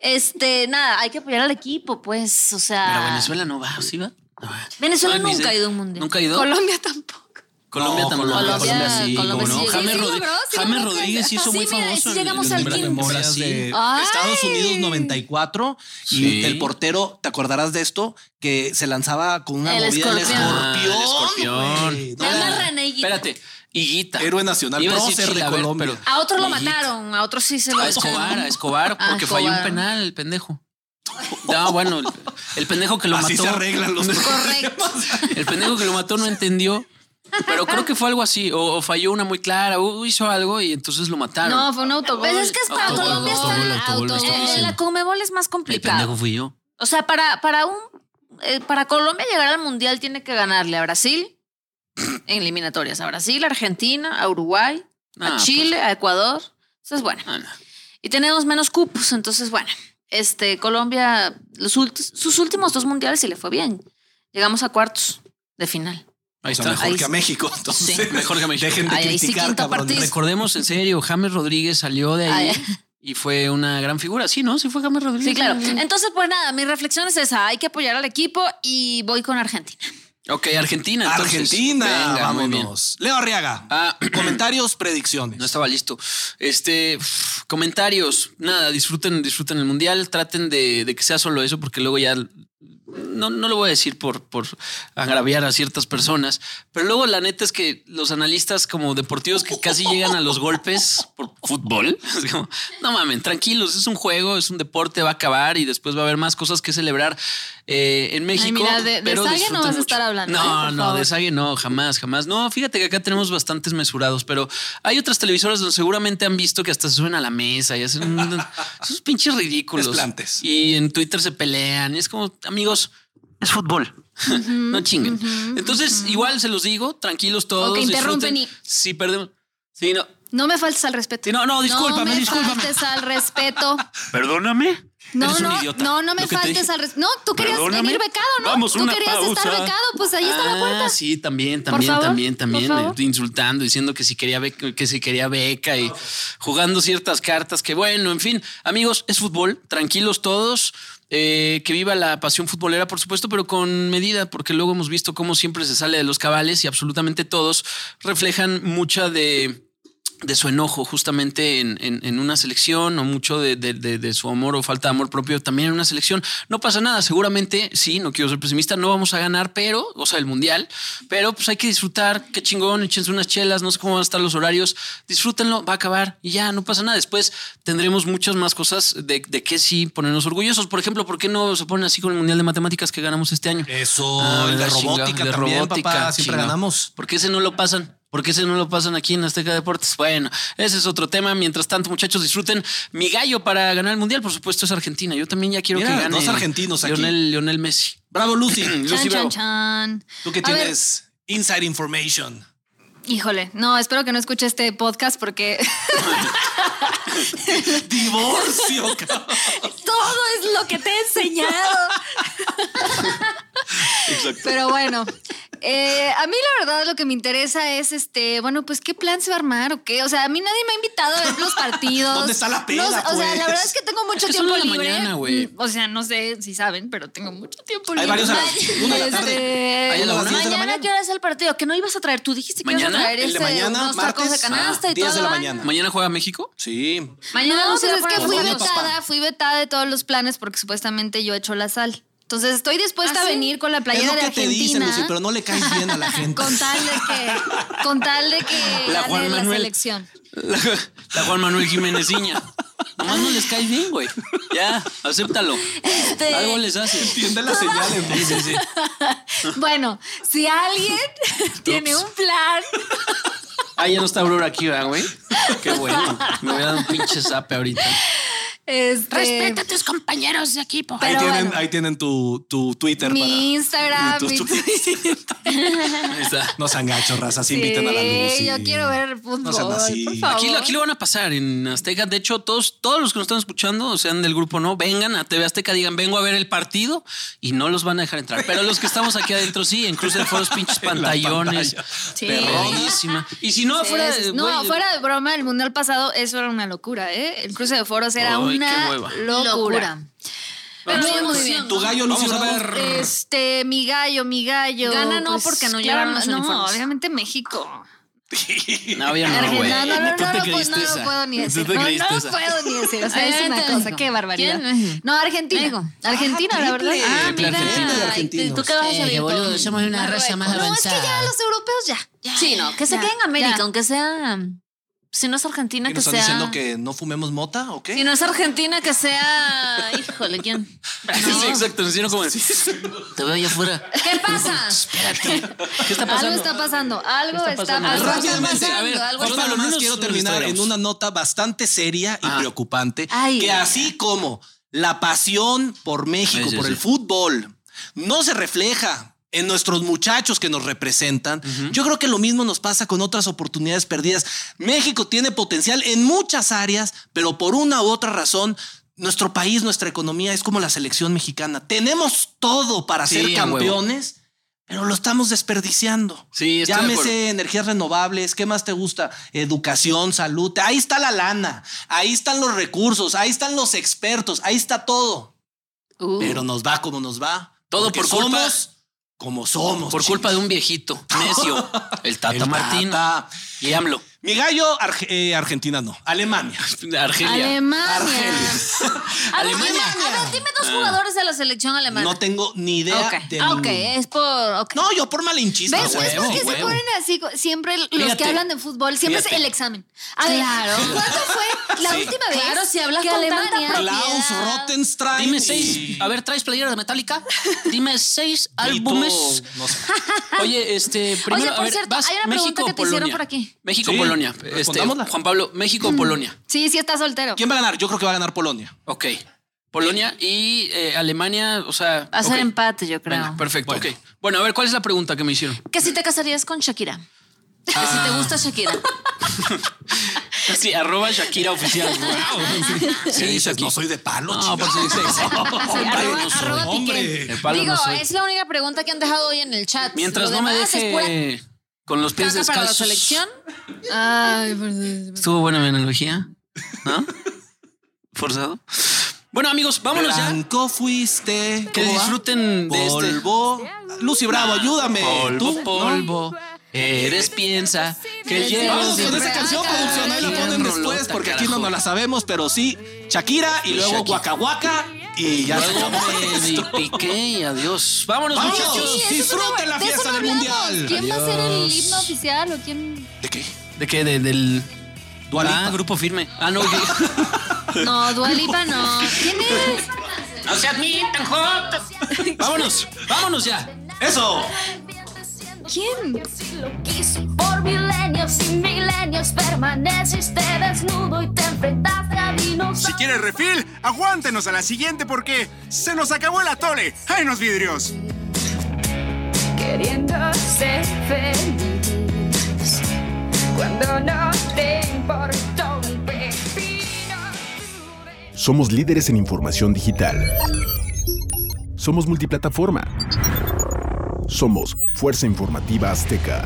[SPEAKER 4] este, nada, hay que apoyar al equipo, pues, o sea.
[SPEAKER 2] Pero Venezuela no va, ¿sí va? No eh. va.
[SPEAKER 4] Venezuela
[SPEAKER 2] Ay, ni
[SPEAKER 4] nunca
[SPEAKER 2] sé.
[SPEAKER 4] ha ido a un mundial.
[SPEAKER 2] Nunca ha ido.
[SPEAKER 1] Colombia tampoco.
[SPEAKER 2] Colombia
[SPEAKER 3] No,
[SPEAKER 2] también.
[SPEAKER 3] Colombia,
[SPEAKER 4] Colombia sí,
[SPEAKER 2] ¿cómo
[SPEAKER 4] Colombia
[SPEAKER 2] no?
[SPEAKER 4] sí.
[SPEAKER 2] James,
[SPEAKER 1] Sí, sí,
[SPEAKER 2] Rodríguez-
[SPEAKER 1] logró, sí,
[SPEAKER 2] James
[SPEAKER 1] logró.
[SPEAKER 2] Rodríguez hizo
[SPEAKER 4] Sí,
[SPEAKER 2] muy
[SPEAKER 4] mira,
[SPEAKER 2] famoso.
[SPEAKER 4] sí
[SPEAKER 2] en-
[SPEAKER 4] llegamos
[SPEAKER 2] en
[SPEAKER 4] al
[SPEAKER 2] Brasil.
[SPEAKER 4] quinto.
[SPEAKER 3] Memorias
[SPEAKER 2] Sí.
[SPEAKER 3] de
[SPEAKER 4] Ay.
[SPEAKER 3] Estados Unidos 94
[SPEAKER 2] Sí.
[SPEAKER 3] y el portero, ¿te acordarás de esto? Que se lanzaba con una
[SPEAKER 4] El
[SPEAKER 3] movida del
[SPEAKER 4] escorpión.
[SPEAKER 2] Ah, el
[SPEAKER 3] escorpión.
[SPEAKER 2] escorpión.
[SPEAKER 3] güey. No,
[SPEAKER 4] Nada
[SPEAKER 2] Espérate,
[SPEAKER 4] más René Higuita.
[SPEAKER 2] Espérate. Higuita.
[SPEAKER 3] Héroe nacional,
[SPEAKER 2] Iba a decir
[SPEAKER 3] prócer de
[SPEAKER 2] Chilaver,
[SPEAKER 3] Colombia.
[SPEAKER 2] pero-
[SPEAKER 4] A otro lo
[SPEAKER 2] Higuita.
[SPEAKER 4] mataron, a otro sí se lo
[SPEAKER 2] A Escobar, a Escobar,
[SPEAKER 4] A
[SPEAKER 2] porque falló un
[SPEAKER 4] Escobar.
[SPEAKER 2] penal, el pendejo. No, bueno, el, el pendejo que lo
[SPEAKER 3] Así
[SPEAKER 2] mató.
[SPEAKER 3] se arreglan los
[SPEAKER 4] Correcto.
[SPEAKER 2] El pendejo que lo mató no entendió. Pero creo que fue algo así, o, o falló una muy clara, o hizo algo y entonces lo mataron.
[SPEAKER 1] No, fue un autogol.
[SPEAKER 4] Pues es que es para
[SPEAKER 2] Autogol,
[SPEAKER 4] Colombia
[SPEAKER 2] autogol,
[SPEAKER 4] está.
[SPEAKER 2] autogol,
[SPEAKER 4] autogol.
[SPEAKER 2] autogol,
[SPEAKER 4] Eh,
[SPEAKER 2] sí.
[SPEAKER 4] la Comebol es más
[SPEAKER 2] el pendejo
[SPEAKER 4] complicado.
[SPEAKER 2] fui yo.
[SPEAKER 4] O sea, para, para un eh, para Colombia llegar al mundial tiene que ganarle a Brasil en eliminatorias, a Brasil, a Argentina, a Uruguay,
[SPEAKER 2] Ah,
[SPEAKER 4] a Chile, a Ecuador. Entonces, bueno.
[SPEAKER 2] Ah, no.
[SPEAKER 4] Y tenemos menos cupos, entonces, bueno. este, Colombia, los ult- sus últimos dos mundiales y le fue bien. Llegamos a cuartos de final.
[SPEAKER 2] Ahí
[SPEAKER 3] O sea,
[SPEAKER 2] está.
[SPEAKER 3] mejor
[SPEAKER 4] Ahí
[SPEAKER 3] que a
[SPEAKER 4] sí.
[SPEAKER 3] México. Entonces,
[SPEAKER 4] Sí.
[SPEAKER 2] Mejor que México.
[SPEAKER 3] Dejen de
[SPEAKER 4] Ahí sí,
[SPEAKER 3] criticar,
[SPEAKER 4] quinto
[SPEAKER 3] cabrón.
[SPEAKER 4] partido.
[SPEAKER 2] Recordemos en serio, James Rodríguez salió de ahí
[SPEAKER 4] Ay.
[SPEAKER 2] y fue una gran figura. Sí, ¿no? Sí fue James Rodríguez.
[SPEAKER 4] Sí, claro. Entonces, pues nada, mi reflexión es esa. Hay que apoyar al equipo y voy con Argentina.
[SPEAKER 2] Ok, Argentina. entonces.
[SPEAKER 3] Argentina,
[SPEAKER 2] Venga, muy bien.
[SPEAKER 3] vámonos. Leo Arriaga,
[SPEAKER 2] Ah,
[SPEAKER 3] comentarios, predicciones.
[SPEAKER 2] No estaba listo. Este, uf, comentarios. Nada, disfruten, disfruten el mundial. Traten de, de que sea solo eso, porque luego ya. No, no lo voy a decir por, por agraviar a ciertas personas, pero luego la neta es que los analistas como deportivos que casi llegan a los golpes por fútbol, es como, no mamen, tranquilos, es un juego, es un deporte, va a acabar y después va a haber más cosas que celebrar eh, en México.
[SPEAKER 1] mira, de- de
[SPEAKER 2] pero
[SPEAKER 1] Sague no
[SPEAKER 2] disfruten
[SPEAKER 1] vas a
[SPEAKER 2] mucho.
[SPEAKER 1] estar hablando, ¿eh?
[SPEAKER 2] No,
[SPEAKER 1] Por
[SPEAKER 2] no, de
[SPEAKER 1] favor.
[SPEAKER 2] Sague no, jamás, jamás. No, fíjate que acá tenemos bastantes mesurados, pero hay otras televisoras donde seguramente han visto que hasta se suben a la mesa y hacen un- esos pinches ridículos.
[SPEAKER 3] Desplantes.
[SPEAKER 2] Y en Twitter se pelean. Y es como, amigos, es fútbol. no chinguen. Entonces, igual se los digo, tranquilos todos.
[SPEAKER 1] que interrumpen
[SPEAKER 2] disfruten. Si perdemos. Sí, no.
[SPEAKER 1] No me faltes al respeto.
[SPEAKER 2] Sí, no, no, discúlpame,
[SPEAKER 1] No me
[SPEAKER 2] discúlpame.
[SPEAKER 1] faltes al respeto.
[SPEAKER 5] Perdóname.
[SPEAKER 1] No,
[SPEAKER 2] Eres un
[SPEAKER 1] no,
[SPEAKER 2] idiota.
[SPEAKER 1] no, no me
[SPEAKER 2] Lo que te
[SPEAKER 1] faltes
[SPEAKER 2] dije.
[SPEAKER 1] al respeto. No, tú querías
[SPEAKER 5] Perdóname.
[SPEAKER 1] venir becado, ¿no?
[SPEAKER 5] Vamos,
[SPEAKER 1] tú
[SPEAKER 5] una
[SPEAKER 1] querías estar
[SPEAKER 5] pausa.
[SPEAKER 1] becado, pues ahí está
[SPEAKER 2] Ah,
[SPEAKER 1] la puerta.
[SPEAKER 2] Sí, también,
[SPEAKER 1] Por
[SPEAKER 2] también,
[SPEAKER 1] favor,
[SPEAKER 2] también,
[SPEAKER 1] por
[SPEAKER 2] también.
[SPEAKER 1] favor.
[SPEAKER 2] eh, Insultando, diciendo que si quería beca, que si quería beca y jugando ciertas cartas. Que bueno, en fin, amigos, es fútbol, tranquilos todos. eh, que viva la pasión futbolera, por supuesto, pero con medida, porque luego hemos visto cómo siempre se sale de los cabales y absolutamente todos reflejan mucha de de su enojo justamente en, en- en una selección o mucho de, de- de- de su amor o falta de amor propio también en una selección. No pasa nada, seguramente, sí, no quiero ser pesimista, no vamos a ganar, pero, o sea, el mundial, pero pues hay que disfrutar, qué chingón, échense unas chelas, no sé cómo van a estar los horarios, disfrútenlo, va a acabar y ya, no pasa nada. Después tendremos muchas más cosas de, de que sí ponernos orgullosos. Por ejemplo, ¿por qué no se ponen así con el Mundial de Matemáticas que ganamos este
[SPEAKER 3] Eh,
[SPEAKER 2] año?
[SPEAKER 3] Eso,
[SPEAKER 2] Ah,
[SPEAKER 3] la
[SPEAKER 2] la chinga,
[SPEAKER 3] robótica
[SPEAKER 2] de
[SPEAKER 3] también,
[SPEAKER 2] robótica,
[SPEAKER 3] papá. Siempre
[SPEAKER 2] chinga.
[SPEAKER 3] ganamos.
[SPEAKER 2] ¿Por qué ese no lo pasan? ¿Por qué ese no lo pasan aquí en Azteca Deportes? Bueno, ese es otro tema. Mientras tanto, muchachos, disfruten. Mi gallo para ganar el mundial, por supuesto, es Argentina. Yo también ya quiero
[SPEAKER 3] Mira,
[SPEAKER 2] que gane.
[SPEAKER 3] dos argentinos aquí.
[SPEAKER 2] Lionel, Lionel Messi.
[SPEAKER 3] Bravo, Lucy.
[SPEAKER 1] Chan,
[SPEAKER 2] Lucy Bravo.
[SPEAKER 1] chan, chan.
[SPEAKER 3] Tú que
[SPEAKER 1] A ver,
[SPEAKER 3] tienes inside information.
[SPEAKER 1] híjole, no, espero que no escuche este podcast porque
[SPEAKER 3] Divorcio, cabrón.
[SPEAKER 1] todo es lo que te he enseñado. Pero bueno, eh, a mí la verdad lo que me interesa es este, bueno, pues qué plan se va a armar o qué. O sea, a mí nadie me ha invitado a ver los partidos.
[SPEAKER 3] ¿Dónde está la peda,
[SPEAKER 1] No sé, O sea,
[SPEAKER 3] pues?
[SPEAKER 1] la verdad es que tengo mucho
[SPEAKER 2] que
[SPEAKER 1] tiempo
[SPEAKER 2] solo la
[SPEAKER 1] libre.
[SPEAKER 2] mañana, güey.
[SPEAKER 1] Mm, o sea, no sé si saben, pero tengo mucho tiempo
[SPEAKER 3] Hay
[SPEAKER 1] libre.
[SPEAKER 3] varios
[SPEAKER 1] Este,
[SPEAKER 3] a las una de la tarde.
[SPEAKER 2] Ahí a la
[SPEAKER 3] Una a las
[SPEAKER 2] una.
[SPEAKER 3] diez de la
[SPEAKER 4] Mañana, ¿qué hora es el partido? Que no ibas a traer. Tú dijiste que ibas
[SPEAKER 2] ¿Mañana?
[SPEAKER 4] a traer
[SPEAKER 3] El de
[SPEAKER 4] ese,
[SPEAKER 3] mañana,
[SPEAKER 4] unos tacos de
[SPEAKER 3] martes.
[SPEAKER 4] canasta
[SPEAKER 3] Ah,
[SPEAKER 4] y
[SPEAKER 3] 10
[SPEAKER 4] todo.
[SPEAKER 3] de la
[SPEAKER 4] ¿va?
[SPEAKER 3] mañana.
[SPEAKER 2] Mañana juega México.
[SPEAKER 3] Sí.
[SPEAKER 4] Mañana
[SPEAKER 1] No,
[SPEAKER 4] vamos a
[SPEAKER 1] pues
[SPEAKER 4] ir a
[SPEAKER 1] es que
[SPEAKER 4] poner
[SPEAKER 1] fui
[SPEAKER 3] Ojalá,
[SPEAKER 1] vetada,
[SPEAKER 3] papá.
[SPEAKER 1] fui vetada de todos los planes porque supuestamente yo echo la sal. Entonces estoy dispuesta
[SPEAKER 4] ¿Ah,
[SPEAKER 1] a
[SPEAKER 4] sí?
[SPEAKER 1] venir con la
[SPEAKER 3] Es
[SPEAKER 1] playera
[SPEAKER 3] lo
[SPEAKER 1] de
[SPEAKER 3] que te dicen,
[SPEAKER 1] Argentina.
[SPEAKER 3] Lucy, pero no le caes bien a la gente.
[SPEAKER 1] con tal de que, con tal de que
[SPEAKER 2] La Juan
[SPEAKER 1] gane la
[SPEAKER 2] Manuel.
[SPEAKER 1] selección.
[SPEAKER 2] La, la Juan Manuel Jiménez Iña. Nomás no les cae bien, güey. Ya, acéptalo.
[SPEAKER 1] Eh,
[SPEAKER 4] Este,
[SPEAKER 2] Algo les hace.
[SPEAKER 3] Entiende las señales.
[SPEAKER 2] Sí, sí, sí.
[SPEAKER 1] Bueno, si alguien tiene un plan,
[SPEAKER 2] Ah, ya no está Aurora aquí, ¿verdad, güey? Qué bueno. Me voy a dar un pinche zape ahorita.
[SPEAKER 4] Eh,
[SPEAKER 1] este,
[SPEAKER 4] Respeta a tus compañeros de equipo.
[SPEAKER 1] Pero
[SPEAKER 3] ahí, tienen,
[SPEAKER 1] bueno.
[SPEAKER 3] ahí tienen tu, tu Twitter
[SPEAKER 1] mi Instagram,
[SPEAKER 3] Tus
[SPEAKER 1] mi
[SPEAKER 3] tweets.
[SPEAKER 1] Twitter.
[SPEAKER 2] Ahí está.
[SPEAKER 3] para. No sean gachos, razas, inviten a la
[SPEAKER 1] Sí,
[SPEAKER 3] Lucy.
[SPEAKER 1] yo quiero ver fútbol,
[SPEAKER 3] No sean así.
[SPEAKER 1] por favor.
[SPEAKER 2] Aquí, lo- aquí lo van a pasar en Azteca. De hecho, todos, todos los que nos están escuchando, sean del grupo o no, vengan a TV Azteca, digan, vengo a ver el partido y no los van a dejar entrar. Pero los que estamos aquí adentro, sí, en Cruz del Fuego, los pinches pantallones.
[SPEAKER 1] Sí.
[SPEAKER 2] Perronísima. Y si no,
[SPEAKER 1] Sí,
[SPEAKER 2] afuera.
[SPEAKER 1] sí,
[SPEAKER 2] de-
[SPEAKER 1] sí. no,
[SPEAKER 2] güey,
[SPEAKER 1] fuera de broma, el mundial pasado eso era una locura, ¿eh? El cruce de foros era
[SPEAKER 2] Ay, qué
[SPEAKER 1] una
[SPEAKER 2] hueva.
[SPEAKER 1] locura. Pero
[SPEAKER 4] Vamos,
[SPEAKER 1] muy, muy
[SPEAKER 4] vamos,
[SPEAKER 1] bien.
[SPEAKER 3] Tu gallo, Lucy.
[SPEAKER 2] Vamos a
[SPEAKER 3] Bravo.
[SPEAKER 2] ver.
[SPEAKER 1] Este, mi gallo, mi gallo.
[SPEAKER 4] Gana no, porque no llevaron los
[SPEAKER 1] claro, No,
[SPEAKER 4] uniformes.
[SPEAKER 1] obviamente México.
[SPEAKER 2] No, había no, güey.
[SPEAKER 1] Argentina, no, no, no,
[SPEAKER 2] Tú te
[SPEAKER 1] lo puedo-
[SPEAKER 2] creíste
[SPEAKER 1] no
[SPEAKER 2] esa.
[SPEAKER 1] lo puedo ni
[SPEAKER 2] Tú
[SPEAKER 1] decir.
[SPEAKER 2] te
[SPEAKER 1] No, no
[SPEAKER 2] creíste
[SPEAKER 1] lo
[SPEAKER 2] esa.
[SPEAKER 1] puedo ni decir. O sea,
[SPEAKER 4] Ay,
[SPEAKER 1] es una
[SPEAKER 4] te-
[SPEAKER 1] cosa, qué barbaridad.
[SPEAKER 4] ¿Quién?
[SPEAKER 1] No, Argentina.
[SPEAKER 4] Digo.
[SPEAKER 1] Argentina, la verdad.
[SPEAKER 4] Ah,
[SPEAKER 2] triple
[SPEAKER 4] mira.
[SPEAKER 2] argentino de
[SPEAKER 4] Ay,
[SPEAKER 3] argentinos.
[SPEAKER 4] ¿Tú qué vas a ver?
[SPEAKER 2] somos una
[SPEAKER 1] No, es que ya los europeos ya. ya
[SPEAKER 4] Sí, no, que se
[SPEAKER 1] ya,
[SPEAKER 4] quede en América,
[SPEAKER 1] ya.
[SPEAKER 4] aunque sea. Si no es Argentina,
[SPEAKER 3] ¿Qué
[SPEAKER 4] que
[SPEAKER 3] nos están
[SPEAKER 4] sea.
[SPEAKER 3] diciendo que no fumemos mota o
[SPEAKER 4] Si
[SPEAKER 3] qué?
[SPEAKER 4] no es Argentina, que sea. Híjole, ¿quién?
[SPEAKER 2] Sí, sí, exacto. Nos hicieron como. Te veo allá afuera.
[SPEAKER 4] ¿Qué pasa?
[SPEAKER 2] ¿Qué está pasando?
[SPEAKER 1] Algo está pasando, algo
[SPEAKER 2] ¿Qué está
[SPEAKER 1] está pasando.
[SPEAKER 2] pasando?
[SPEAKER 3] Rápidamente,
[SPEAKER 4] pasando,
[SPEAKER 3] a ver,
[SPEAKER 4] algo
[SPEAKER 3] yo
[SPEAKER 4] está
[SPEAKER 3] nada más
[SPEAKER 2] pasando.
[SPEAKER 3] quiero terminar en
[SPEAKER 2] Distraigamos.
[SPEAKER 3] una nota bastante seria y
[SPEAKER 2] Ah.
[SPEAKER 3] preocupante,
[SPEAKER 4] Ay.
[SPEAKER 3] que así como la pasión por México,
[SPEAKER 2] Sí, sí,
[SPEAKER 3] por
[SPEAKER 2] sí.
[SPEAKER 3] el fútbol, no se refleja en nuestros muchachos que nos representan, yo creo que lo mismo nos pasa con otras oportunidades perdidas. México tiene potencial en muchas áreas, pero por una u otra razón Nuestro país, nuestra economía es como la selección mexicana. Tenemos todo para
[SPEAKER 2] Sí,
[SPEAKER 3] ser
[SPEAKER 2] a huevo.
[SPEAKER 3] campeones, pero lo estamos desperdiciando.
[SPEAKER 2] Sí, estoy de
[SPEAKER 3] Llámese energías renovables, ¿qué más te gusta? Educación, salud. Ahí está la lana, ahí están los recursos, ahí están los expertos, ahí está todo.
[SPEAKER 4] Uh.
[SPEAKER 3] Pero nos va como nos va.
[SPEAKER 2] Todo
[SPEAKER 3] porque
[SPEAKER 2] por culpa-
[SPEAKER 3] somos como somos.
[SPEAKER 2] Por culpa de un viejito necio, el Tata
[SPEAKER 3] El
[SPEAKER 2] Martino
[SPEAKER 3] Tata.
[SPEAKER 2] y AMLO.
[SPEAKER 3] Mi gallo, Arge- eh, Argentina no, Alemania.
[SPEAKER 2] Argelia.
[SPEAKER 1] Alemania.
[SPEAKER 4] A ver,
[SPEAKER 2] Alemania.
[SPEAKER 4] dime- a ver, dime dos jugadores de la selección alemana.
[SPEAKER 3] No tengo ni idea
[SPEAKER 4] Ok,
[SPEAKER 3] de
[SPEAKER 4] ah, ok,
[SPEAKER 3] ninguno.
[SPEAKER 4] es por. ok.
[SPEAKER 3] No, yo por malinchista.
[SPEAKER 1] ¿Ves?
[SPEAKER 3] güey.
[SPEAKER 1] Es porque se
[SPEAKER 2] huevo.
[SPEAKER 1] ponen así, co- siempre los
[SPEAKER 2] Fíjate.
[SPEAKER 1] que hablan de fútbol, siempre
[SPEAKER 2] Fíjate.
[SPEAKER 1] es el examen. A ver,
[SPEAKER 4] Claro.
[SPEAKER 1] ¿cuándo fue la última vez
[SPEAKER 4] Claro, si hablas
[SPEAKER 1] que
[SPEAKER 4] con
[SPEAKER 1] Alemania...
[SPEAKER 4] tanta
[SPEAKER 3] Klaus Rottenstein.
[SPEAKER 2] Dime
[SPEAKER 3] y
[SPEAKER 2] seis. A ver, ¿traes playera de Metallica? Dime seis
[SPEAKER 3] Tito,
[SPEAKER 2] álbumes.
[SPEAKER 3] no sé.
[SPEAKER 2] Oye, este, primero,
[SPEAKER 4] por
[SPEAKER 2] a ver,
[SPEAKER 4] cierto,
[SPEAKER 2] vas
[SPEAKER 4] hay una
[SPEAKER 2] México
[SPEAKER 4] pregunta
[SPEAKER 2] o
[SPEAKER 4] que te
[SPEAKER 2] Polonia.
[SPEAKER 4] hicieron por aquí. Mm.
[SPEAKER 2] México,
[SPEAKER 3] Sí,
[SPEAKER 2] Polonia. Este,
[SPEAKER 3] respondámosla.
[SPEAKER 2] Juan Pablo, México o Polonia.
[SPEAKER 1] Sí, sí está soltero.
[SPEAKER 3] ¿Quién va a ganar? Yo creo que va a ganar Polonia.
[SPEAKER 2] Ok. Polonia y eh, Alemania, o sea.
[SPEAKER 4] Va a ser
[SPEAKER 2] ok.
[SPEAKER 4] empate, yo creo.
[SPEAKER 2] Venga, perfecto. Bueno. bueno, a ver, ¿cuál es la pregunta que me hicieron?
[SPEAKER 4] que si te casarías con Shakira. Que si
[SPEAKER 2] Ah.
[SPEAKER 4] te gusta Shakira.
[SPEAKER 2] Sí, arroba Shakira oficial.
[SPEAKER 3] Sí, dices, no soy de palo,
[SPEAKER 2] No, pues sí, sí, sí.
[SPEAKER 4] Sí, arroba-
[SPEAKER 3] no soy,
[SPEAKER 4] arroba Piqué.
[SPEAKER 3] hombre.
[SPEAKER 2] De palo
[SPEAKER 4] Digo,
[SPEAKER 2] no soy.
[SPEAKER 4] es la única pregunta que han dejado hoy en el chat.
[SPEAKER 2] Mientras
[SPEAKER 4] Lo
[SPEAKER 2] no me
[SPEAKER 4] demás es pura
[SPEAKER 2] deje con los pies
[SPEAKER 4] caca para la
[SPEAKER 2] descalzos.
[SPEAKER 4] selección.
[SPEAKER 1] Ay, perdón.
[SPEAKER 2] Estuvo buena mi analogía, ¿no? Forzado. Bueno, amigos, vámonos ya.
[SPEAKER 3] Blanco fuiste.
[SPEAKER 2] Que disfruten de este.
[SPEAKER 3] Polvo. Lucy Bravo, ayúdame.
[SPEAKER 2] Polvo,
[SPEAKER 3] Tú, ¿no?
[SPEAKER 2] polvo. Eres piensa que el hielo
[SPEAKER 3] Vamos con
[SPEAKER 2] siempre
[SPEAKER 3] esa canción,
[SPEAKER 2] acaba.
[SPEAKER 3] producción. Ahí la ponen
[SPEAKER 2] Rolota,
[SPEAKER 3] después, porque aquí no
[SPEAKER 2] carajo.
[SPEAKER 3] nos la sabemos, pero sí. Shakira y luego
[SPEAKER 2] Shakira.
[SPEAKER 3] Guaca Guaca. Y ya se
[SPEAKER 2] Luego
[SPEAKER 3] acabó
[SPEAKER 2] me
[SPEAKER 3] esto.
[SPEAKER 2] piqué y adiós. Vámonos,
[SPEAKER 3] Vamos.
[SPEAKER 2] muchachos.
[SPEAKER 1] Sí, eso no
[SPEAKER 3] Disfruten
[SPEAKER 1] me-
[SPEAKER 3] la
[SPEAKER 1] de
[SPEAKER 3] fiesta
[SPEAKER 1] eso no
[SPEAKER 3] del
[SPEAKER 1] hablamos.
[SPEAKER 3] mundial.
[SPEAKER 1] ¿Quién va a ser el himno oficial o quién?
[SPEAKER 3] ¿De qué?
[SPEAKER 2] ¿De qué? De- del.
[SPEAKER 3] Dualipa.
[SPEAKER 2] Ah, grupo firme. Ah, no. que-
[SPEAKER 1] No, Dualipa no. ¿Quién es?
[SPEAKER 2] no se admitan, jotos. Vámonos, vámonos ya.
[SPEAKER 3] ¡Eso!
[SPEAKER 1] ¿Quién?
[SPEAKER 7] Por milenios y milenios permaneciste desnudo y te enfrentaste a dinosaurios.
[SPEAKER 11] Si quieres refil, aguántenos a la siguiente porque se nos acabó el atole. ¡Ay, los vidrios!
[SPEAKER 7] queriendo ser feliz cuando no te importó el pepino.
[SPEAKER 11] Somos líderes en información digital. Somos multiplataforma. Somos Fuerza Informativa Azteca.